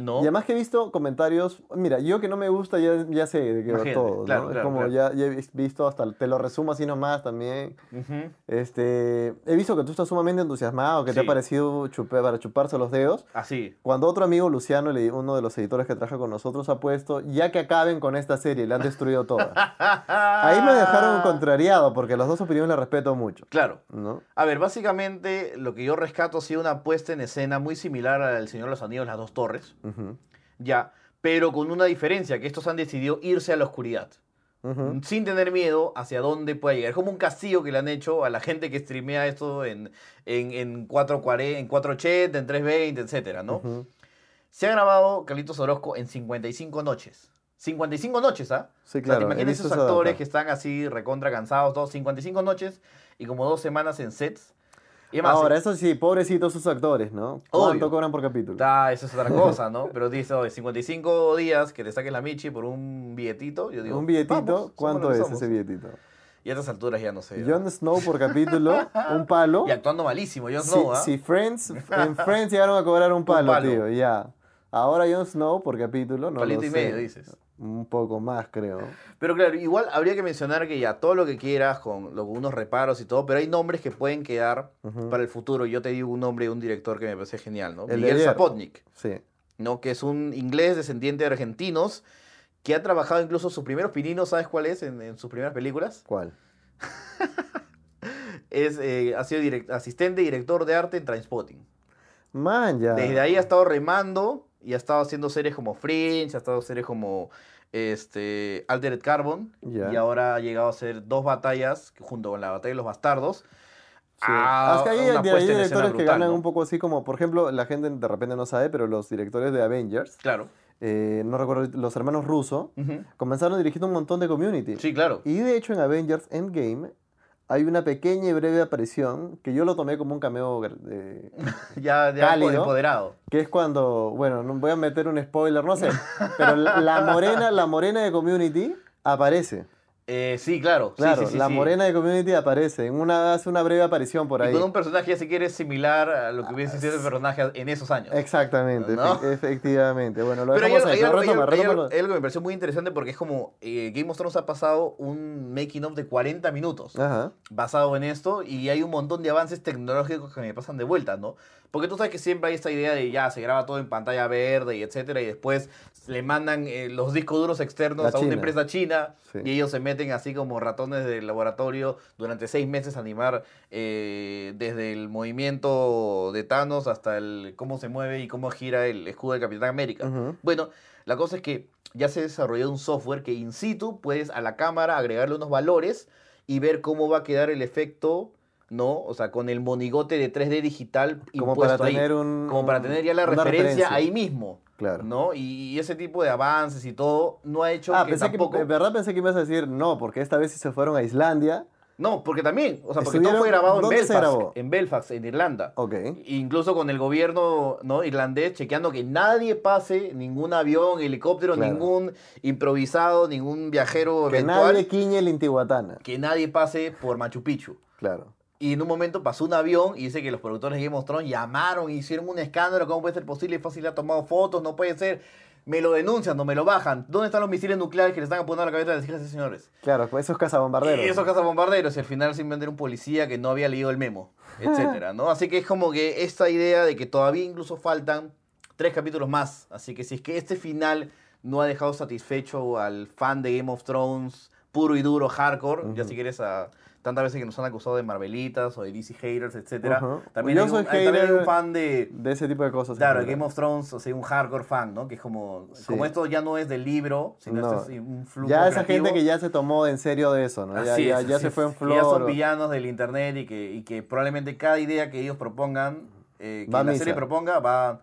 ¿No? Y además que he visto comentarios, mira, yo que no me gusta ya, ya sé de qué va Imagínate, todo, ¿no? claro, Es claro, como claro. Ya, ya he vis- visto hasta, te lo resumo así nomás también. Ujú. Este, he visto que tú estás sumamente entusiasmado, que te ha Sí. parecido chupe- para chuparse los dedos. Así. Cuando otro amigo, Luciano, el edi- uno de los editores que trabaja con nosotros, ha puesto, ya que acaben con esta serie, la han destruido toda. Ahí me dejaron contrariado, porque las dos opiniones las respeto mucho, Claro. ¿no? A ver, básicamente lo que yo rescato ha sido una puesta en escena muy similar al Señor de los Anillos, las dos torres, Ujú, ya, pero con una diferencia, que estos han decidido irse a la oscuridad, ujú. sin tener miedo hacia dónde pueda llegar. Es como un castillo que le han hecho a la gente que streamea esto en, en, en, 440, en 480, en 320, etcétera, ¿no? Ujú. Se ha grabado Carlitos Orozco en 55 noches. 55 noches, ¿ah? Sí, O sea, claro, ¿te he imaginas visto esos esa actores data. que están así recontra cansados, todos 55 noches y como dos semanas en sets. Y además, Ahora, eso sí, pobrecitos sus actores, ¿no? ¿Cuánto Obvio. cobran por capítulo? Ah, eso es otra cosa, ¿no? Pero dice, oye, 55 días que te saques la Michi por un billetito. Yo digo, un billetito, vamos, somos lo ¿cuánto que es somos. ese billetito? Y a estas alturas ya no sé. ¿no? Jon Snow por capítulo, un palo. Y actuando malísimo, yo Si- no, ¿ah? si, Friends, en Friends llegaron a cobrar un palo, palo. tío, ya. Ahora Jon Snow por capítulo, no Palito lo y sé. medio, dices. Un poco más, creo. Pero claro, igual habría que mencionar que ya todo lo que quieras, con lo- unos reparos y todo, pero hay nombres que pueden quedar Ujú. para el futuro. Yo te digo un nombre de un director que me parece genial, ¿no? El de Miguel ayer. Zapotnik, Sí. ¿no? Que es un inglés descendiente de argentinos que ha trabajado incluso sus primeros pininos, ¿sabes cuál es? En, en sus primeras películas. ¿Cuál? Es, eh, ha sido direct- asistente y director de arte en Transpotting. Man, ya. Desde ahí ha estado remando y ha estado haciendo series como Fringe, ha estado series como este, Altered Carbon. Ya. Y ahora ha llegado a hacer dos batallas junto con la batalla de los bastardos. Sí. Ah, Hasta ahí, una de ahí puesta hay en escena directores que brutal, ganan ¿no? un poco así como, por ejemplo, la gente de repente no sabe, pero los directores de Avengers, Claro. eh, no recuerdo, los hermanos rusos, Ujú. comenzaron dirigiendo un montón de community. Sí, claro. Y de hecho en Avengers Endgame hay una pequeña y breve aparición que yo lo tomé como un cameo eh, Ya, ya Cálido. empoderado. que es cuando, bueno, no voy a meter un spoiler, no sé, pero la la morena, la morena de Community aparece. Eh, sí, claro. Sí, Claro, sí, sí, la sí. morena de Community aparece, en una hace una breve aparición por Y ahí. Ah, con un personaje, si quieres, similar a lo que hubiese sido el personaje en esos años. Exactamente, ¿No? efe- efectivamente. Bueno, lo Pero hay, dejamos algo- ahí. hay lo algo- hay retoma, algo- hay retoma algo eh, lo- hay algo que me pareció muy interesante porque es como eh, Game of Thrones ha pasado un making of de 40 minutos. Ajá. basado en esto y hay un montón de avances tecnológicos que me pasan de vuelta, ¿no? Porque tú sabes que siempre hay esta idea de ya se graba todo en pantalla verde y etcétera y después le mandan eh, los discos duros externos La a una China. empresa china Sí. y ellos se meten así como ratones del laboratorio durante seis meses a animar eh, desde el movimiento de Thanos hasta el cómo se mueve y cómo gira el escudo del Capitán América. Ujú. Bueno, la cosa es que ya se desarrolló un software que in situ puedes a la cámara agregarle unos valores y ver cómo va a quedar el efecto, ¿no? O sea, con el monigote de 3D digital Como impuesto para ahí. tener un- como para tener ya la una referencia, referencia. ahí mismo. Claro. ¿No? Y, y ese tipo de avances y todo no ha hecho Ah, que pensé tampoco. que, en verdad pensé que ibas a decir no, porque esta vez sí se fueron a Islandia. No, porque también, o sea, porque todo Estuvieron- fue grabado en ¿dónde se Belfast, grabó? en Belfast, en Irlanda. Ok. Incluso con el gobierno ¿no? irlandés chequeando que nadie pase, ningún avión, helicóptero, Claro. ningún improvisado, ningún viajero Que eventual, nadie quiñe el Intihuatana. que nadie pase por Machu Picchu. Claro. Y en un momento pasó un avión y dice que los productores de Game of Thrones llamaron, hicieron un escándalo, ¿cómo puede ser posible? Fácil ha tomado fotos, no puede ser. Me lo denuncian, no me lo bajan. ¿Dónde están los misiles nucleares que le están apuntando a la cabeza de las hijas y señores? Claro, pues esos cazabombarderos. Y esos cazabombarderos, y al final simplemente era un policía que no había leído el memo, etcétera, ¿no? Así que es como que esta idea de que todavía incluso faltan tres capítulos más. Así que si es que este final no ha dejado satisfecho al fan de Game of Thrones puro y duro, hardcore, ya si quieres a... Tantas veces que nos han acusado de Marvelitas o de DC haters, etcétera. Ujú. También, Yo hay un, soy hay- también hay hater un fan de... De ese tipo de cosas. Claro, en de Game general. of Thrones, o sea, un hardcore fan, ¿no? Que es como... Sí. Como esto ya no es del libro, sino No. esto es un flujo Ya esa creativo. gente que ya se tomó en serio de eso, ¿no? Ya, Así ya, es, ya así se es. fue en Que Ya flor. son villanos del internet y que, y que probablemente cada idea que ellos propongan, eh, que Va a la misa. serie proponga, va,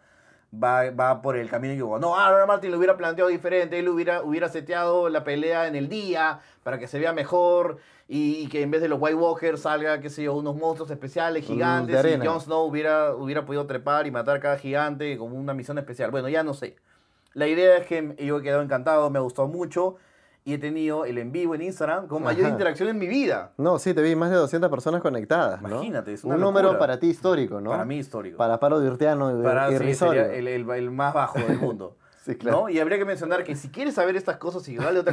va, va por el camino que hubo. No, ahora Martin lo hubiera planteado diferente, él hubiera, hubiera seteado la pelea en el día para que se vea mejor y, y que en vez de los White Walkers salga, qué sé yo, unos monstruos especiales, Los de gigantes, arena. y Jon Snow hubiera, hubiera podido trepar y matar cada gigante como una misión especial. Bueno, ya no sé. La idea es que yo he quedado encantado, me ha gustado mucho y he tenido el en vivo en Instagram con mayor Ajá. interacción en mi vida. No, sí, te vi más de 200 personas conectadas, ¿no? Imagínate, es una Un número locura. para ti histórico, ¿no? Para mí histórico. Para Palo Dirtiano y Para y sí, Rizzoli. sería el, el- el más bajo del mundo. eh, Sí, claro. ¿no? Y habría que mencionar que si quieres saber estas cosas y Valdo te ha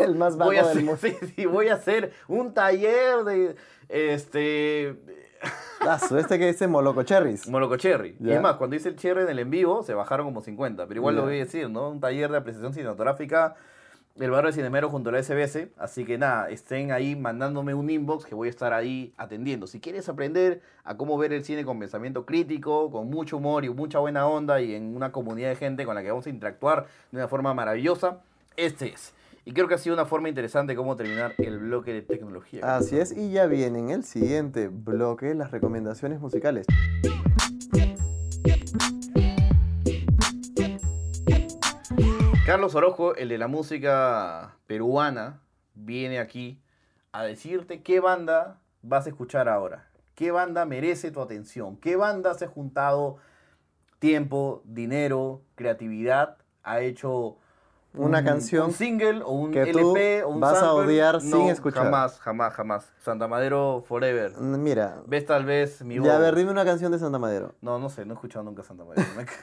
El más voy a bajo del hacer- mundo. sí, sí, voy a hacer un taller de este Ah, su, este que dice Moloco Cherries. Moloco Cherry. Y Ya. es más, cuando hice el cherry en el en vivo, se bajaron como 50, pero igual lo Ya. voy a decir, ¿no? Un taller de apreciación cinematográfica el barrio de Cinemero junto a la SBC. Así que nada, estén ahí mandándome un inbox que voy a estar ahí atendiendo. Si quieres aprender a cómo ver el cine con pensamiento crítico, con mucho humor y mucha buena onda y en una comunidad de gente con la que vamos a interactuar de una forma maravillosa, este es. Y creo que ha sido una forma interesante cómo terminar el bloque de tecnología. Así es, y ya viene en el siguiente bloque las recomendaciones musicales. Carlos Orozco, el de la música peruana, viene aquí a decirte qué banda vas a escuchar ahora, qué banda merece tu atención, qué banda se ha juntado tiempo, dinero, creatividad, ha hecho Una un- canción un single o un que tú LP o un vas a sample. odiar sin No, escuchar. Jamás, jamás, jamás. Santa Madero Forever. Mira, Ves tal vez mi voz. ya a ver, dime una canción de Santa Madero. No, no sé, no he escuchado nunca Santa Madero. Me ca-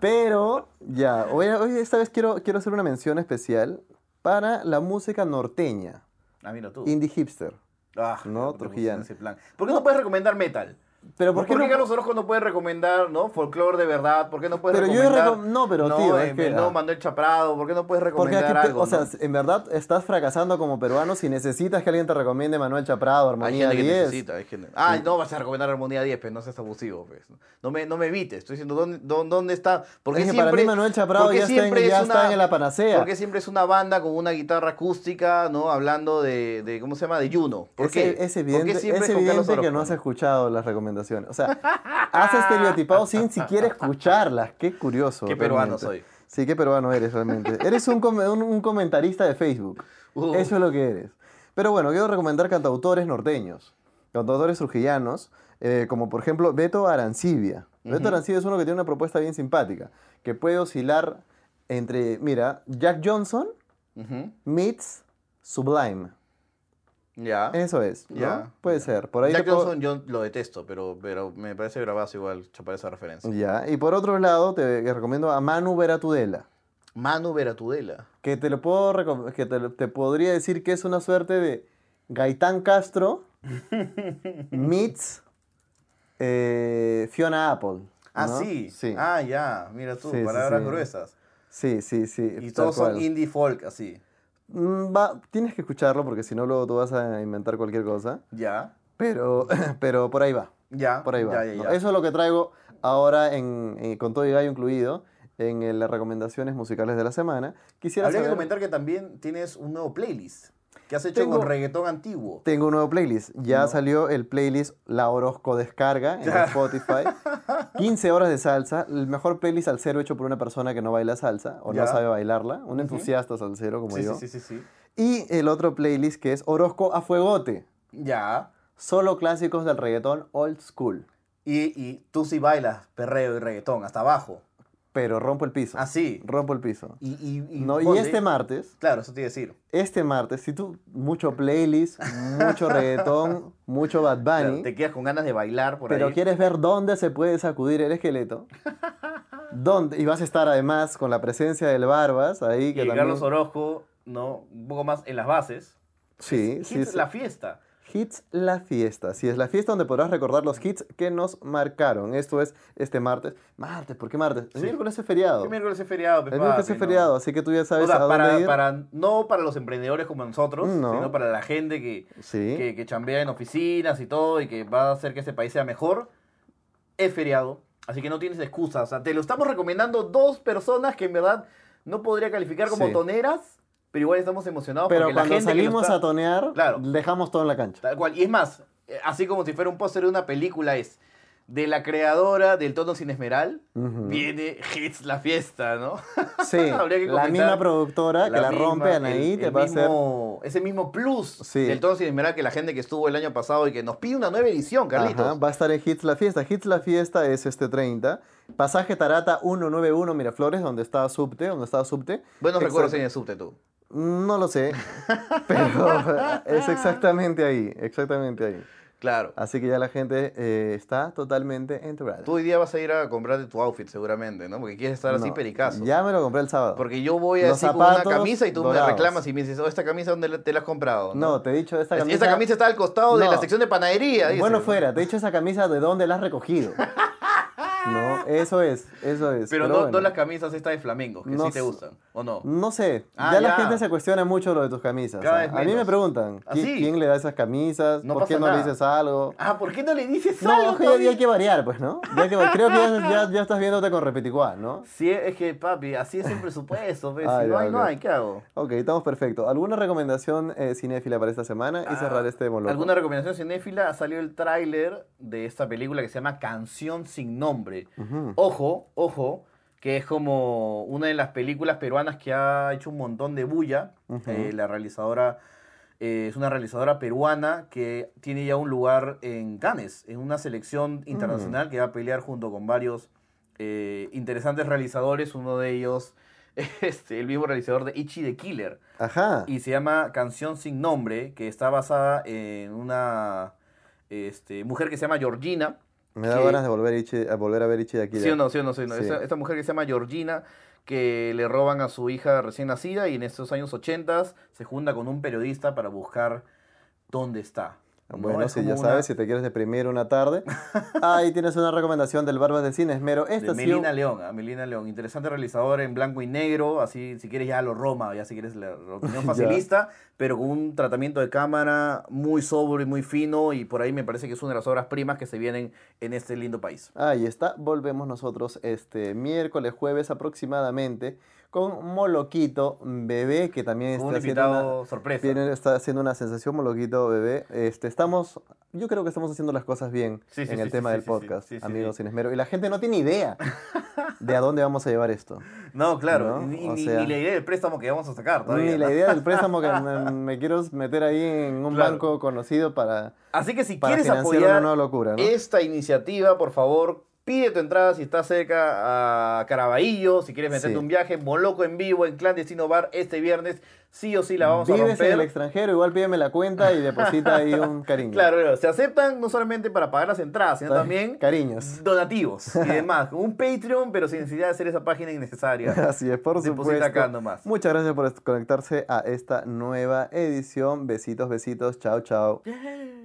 Pero, ya, hoy, hoy esta vez quiero, quiero hacer una mención especial para la música norteña, ah, mira tú. indie hipster. Ah, No, te pusiste Trujillano. en ese plan. ¿Por qué no puedes recomendar metal? Pero ¿Por ¿por qué qué no? Carlos Orozco no puede recomendar, no? Folclore de verdad, ¿por qué no puedes Pero yo he recomendar? recom- no, pero, tío, es eh, que- no, ah. Manuel Chaprado, ¿por qué no puedes Porque recomendar aquí, te- algo? o sea, no? en verdad estás fracasando como peruano si necesitas que alguien te recomiende Manuel Chaprado, hay Armonía gente que 10. necesita, hay gente. Ah, no vas a recomendar Armonía 10, pero no seas abusivo, pues. No me, no me evites, estoy diciendo dónde, dónde, dónde está. Porque Es que para siempre, mí Manuel Chaprado porque ya está en- siempre ya es está en la panacea. Porque siempre es una banda con una guitarra acústica, ¿no? Hablando de, de ¿cómo se llama? De Juno. ¿Por Es, qué? es ¿Por qué evidente, siempre es con evidente Carlos que Orozco? no has escuchado las recomendaciones. O sea, has estereotipado sin siquiera escucharlas. Qué curioso. Qué peruano realmente. soy. Sí, qué peruano eres realmente. eres un, com- un- un comentarista de Facebook. Uh. Eso es lo que eres. Pero bueno, quiero recomendar cantautores norteños, cantautores trujillanos, eh, como por ejemplo Beto Arancibia. Beto Arancibia es uno que tiene una propuesta bien simpática, que puede oscilar entre, mira, Jack Johnson Ujú, meets Sublime. Ya. Eso es, ¿no? Ya, Puede ser. Por ahí Jack te puedo- Johnson yo lo detesto, pero, pero me parece bravazo igual chapar esa referencia. Ya, y por otro lado te recomiendo a Manu Veratudela, Manu Veratudela. que te lo puedo recom- que te, lo- te podría decir que es una suerte de Gaitán Castro meets eh, Fiona Apple. Ah, ¿no? sí. Sí. Ah, ya. Mira tú, Sí, sí, palabras sí. gruesas. sí, sí, sí. Y tal todos son cual. indie folk, así. Mm, va- tienes que escucharlo porque si no luego tú vas a inventar cualquier cosa. Ya. Pero, pero por ahí va. Ya. Por ahí va. Ya, ya, ¿no? ya. Eso es lo que traigo ahora en, en- con todo y gallo incluido en el- las recomendaciones musicales de la semana. Quisiera Habría que saber- comentar que también tienes un nuevo playlist que has hecho Tengo- con reggaetón antiguo. Tengo un nuevo playlist. Ya No. salió el playlist La Orozco Descarga en Spotify. 15 horas de salsa. El mejor playlist salsero hecho por una persona que no baila salsa o Ya. no sabe bailarla. Un entusiasta salsero como Sí, yo. sí, sí, sí, sí. Y el otro playlist que es Orozco a Fuegote. Ya. Solo clásicos del reggaetón old school. Y, y tú sí bailas perreo y reggaetón, hasta abajo. Pero rompo el piso. Así. Rompo el piso. Y, y, y, No, y ponte- este martes, Claro, eso te iba a decir. este martes, si tú mucho playlist, mucho reggaetón, mucho Bad Claro, Bunny. te quedas con ganas de bailar por Pero ahí. quieres ver dónde se puede sacudir el esqueleto. ¿Dónde? Y vas a estar además con la presencia del Barbas ahí que y también... Carlos Orozco, ¿no? Un poco más en las bases. Sí, sí, Hits sí. la fiesta. Hits la fiesta. Sí, es la fiesta donde podrás recordar los hits que nos marcaron. Esto es este martes. Martes, ¿por qué martes? El Sí. miércoles es feriado. El miércoles es feriado, pe, El miércoles papi, es ¿no? feriado, así que tú ya O sabes a sea, dónde para, ir. Mm, para- no para los emprendedores como nosotros, No. sino para la gente que, Sí. que, que chambea en oficinas y todo y que va a hacer que este país sea mejor. Es feriado, así que no tienes excusas. O sea, te lo estamos recomendando dos personas que en verdad no podría calificar como Sí. toneras, pero igual estamos emocionados Pero porque la cuando gente que lo salimos está- a tonear, Claro. dejamos todo en la cancha. Tal cual. Y es más, eh, así como si fuera un póster de una película, es. de la creadora del tono sin esmeral, Ujú. viene Hits la fiesta, ¿no? Sí, Habría que la comentar misma productora Ah, que la misma, rompe el- Anaí el te va mismo- Ese mismo plus Sí. del tono sin esmeral que la gente que estuvo el año pasado y que nos pide una nueva edición, a hacer. Carlitos. Ajá, va a estar en Hits la Fiesta. Hits la Fiesta es este 30. Pasaje Tarata 191 Miraflores, donde está Subte, donde estaba Subte. Buenos recuerdos en Exacto. el subte, tú. No lo sé, pero es exactamente ahí, exactamente ahí. Claro. Así que ya la gente eh, está totalmente enterada. Tú hoy día vas a ir a comprarte tu outfit seguramente, ¿no? Porque quieres estar así No, pericazo. Ya me lo compré el sábado. Porque yo voy Los así con una zapatos camisa y tú dorados. me reclamas y me dices, oh, ¿esta camisa dónde la- te la has comprado? No, te he dicho, esta Es- camisa... Esta camisa está al costado de No. la sección de panadería. dices. Bueno, fuera, te he dicho esa camisa, ¿de dónde la has recogido? no, eso es, eso es. Pero, no, bueno. no las camisas estas de flamengo, que No sí sé. te gustan, ¿o no? No sé, Ah, ya, la ya. gente se cuestiona mucho lo de tus camisas. Cada ¿ah? vez A mí me menos. preguntan, ¿Ah, ¿qui- sí? ¿quién le da esas camisas? No ¿Por qué pasa no le nada. dices algo? Ah, ¿por qué no le dices No, algo? es que ya- ya hay Toby? que variar, pues, ¿no? Ya hay que va- creo que ya, ya- ya estás viéndote con repeticuá, ¿no? Sí, es que, papi, así es el presupuesto. pues, Ah, si ya, no hay, no ok. hay, ¿qué hago? Ok, estamos perfecto. ¿Alguna recomendación eh, cinéfila para esta semana y cerrar este monólogo? Ah, ¿Alguna recomendación cinéfila? Salió el tráiler de esta película que se llama Canción sin nombre. Ujú. Oh, Ojo, ojo, que es como una de las películas peruanas que ha hecho un montón de bulla. Ujú. Eh, la realizadora eh, es una realizadora peruana que tiene ya un lugar en Cannes, en una selección internacional que va a pelear junto con varios eh, interesantes realizadores. Uno de ellos, este, el mismo realizador de Ichi the Killer Ajá. y se llama Canción sin nombre, que está basada en una este, mujer que se llama Georgina. Me da que- ganas de volver, a Ichi- a volver a ver Ichi de aquí. Sí o no, sí o no, sí o no. Sí. Esa- esta mujer que se llama Georgina, que le roban a su hija recién nacida y en estos años 80 se junta con un periodista para buscar dónde está. ¿no? Ah, Bueno, Es si como ya una- sabes, si te quieres deprimir una tarde, ahí tienes una recomendación del Barbas de Cine Esmero. Esta De ha sido- Melina León, a Melina León, interesante realizadora en blanco y negro, así si quieres ya a lo Roma, ya si quieres la, la opinión Ya. facilista, pero con un tratamiento de cámara muy sobrio y muy fino y por ahí me parece que es una de las obras primas que se vienen en este lindo país. Ahí está, volvemos nosotros este miércoles, jueves aproximadamente, con Moloquito Bebé, que también Con está un haciendo, invitado una, sorpresa. tiene- está haciendo una sensación, Moloquito Bebé. Este, estamos, yo creo que estamos haciendo las cosas bien Sí, sí, en sí, el sí, tema sí, del sí, sí, podcast, sí, sí, amigos sí. sin esmero. Y la gente no tiene idea de a dónde vamos a llevar esto. No, claro, ¿No? ni, O ni- sea- ni la idea del préstamo que vamos a sacar todavía. Ni ¿no? la idea del préstamo que me, me quiero meter ahí en un Claro. banco conocido para, Así que si para quieres financiar apoyar una nueva locura, ¿no? esta iniciativa, por favor, pide tu entrada si estás cerca a Caraballo, si quieres meterte Sí. un viaje, Moloco en vivo en Clandestino Bar este viernes, sí o sí la vamos a Vives en el romper. extranjero, igual pídeme la cuenta y deposita ahí un cariño. Claro, claro, se aceptan no solamente para pagar las entradas, sino también Cariños. donativos y demás, como un Patreon, pero sin necesidad de hacer esa página innecesaria. Así es, por Deposita supuesto. acá nomás. Muchas gracias por est- conectarse a esta nueva edición. Besitos, besitos. Chao, chao. Yeah.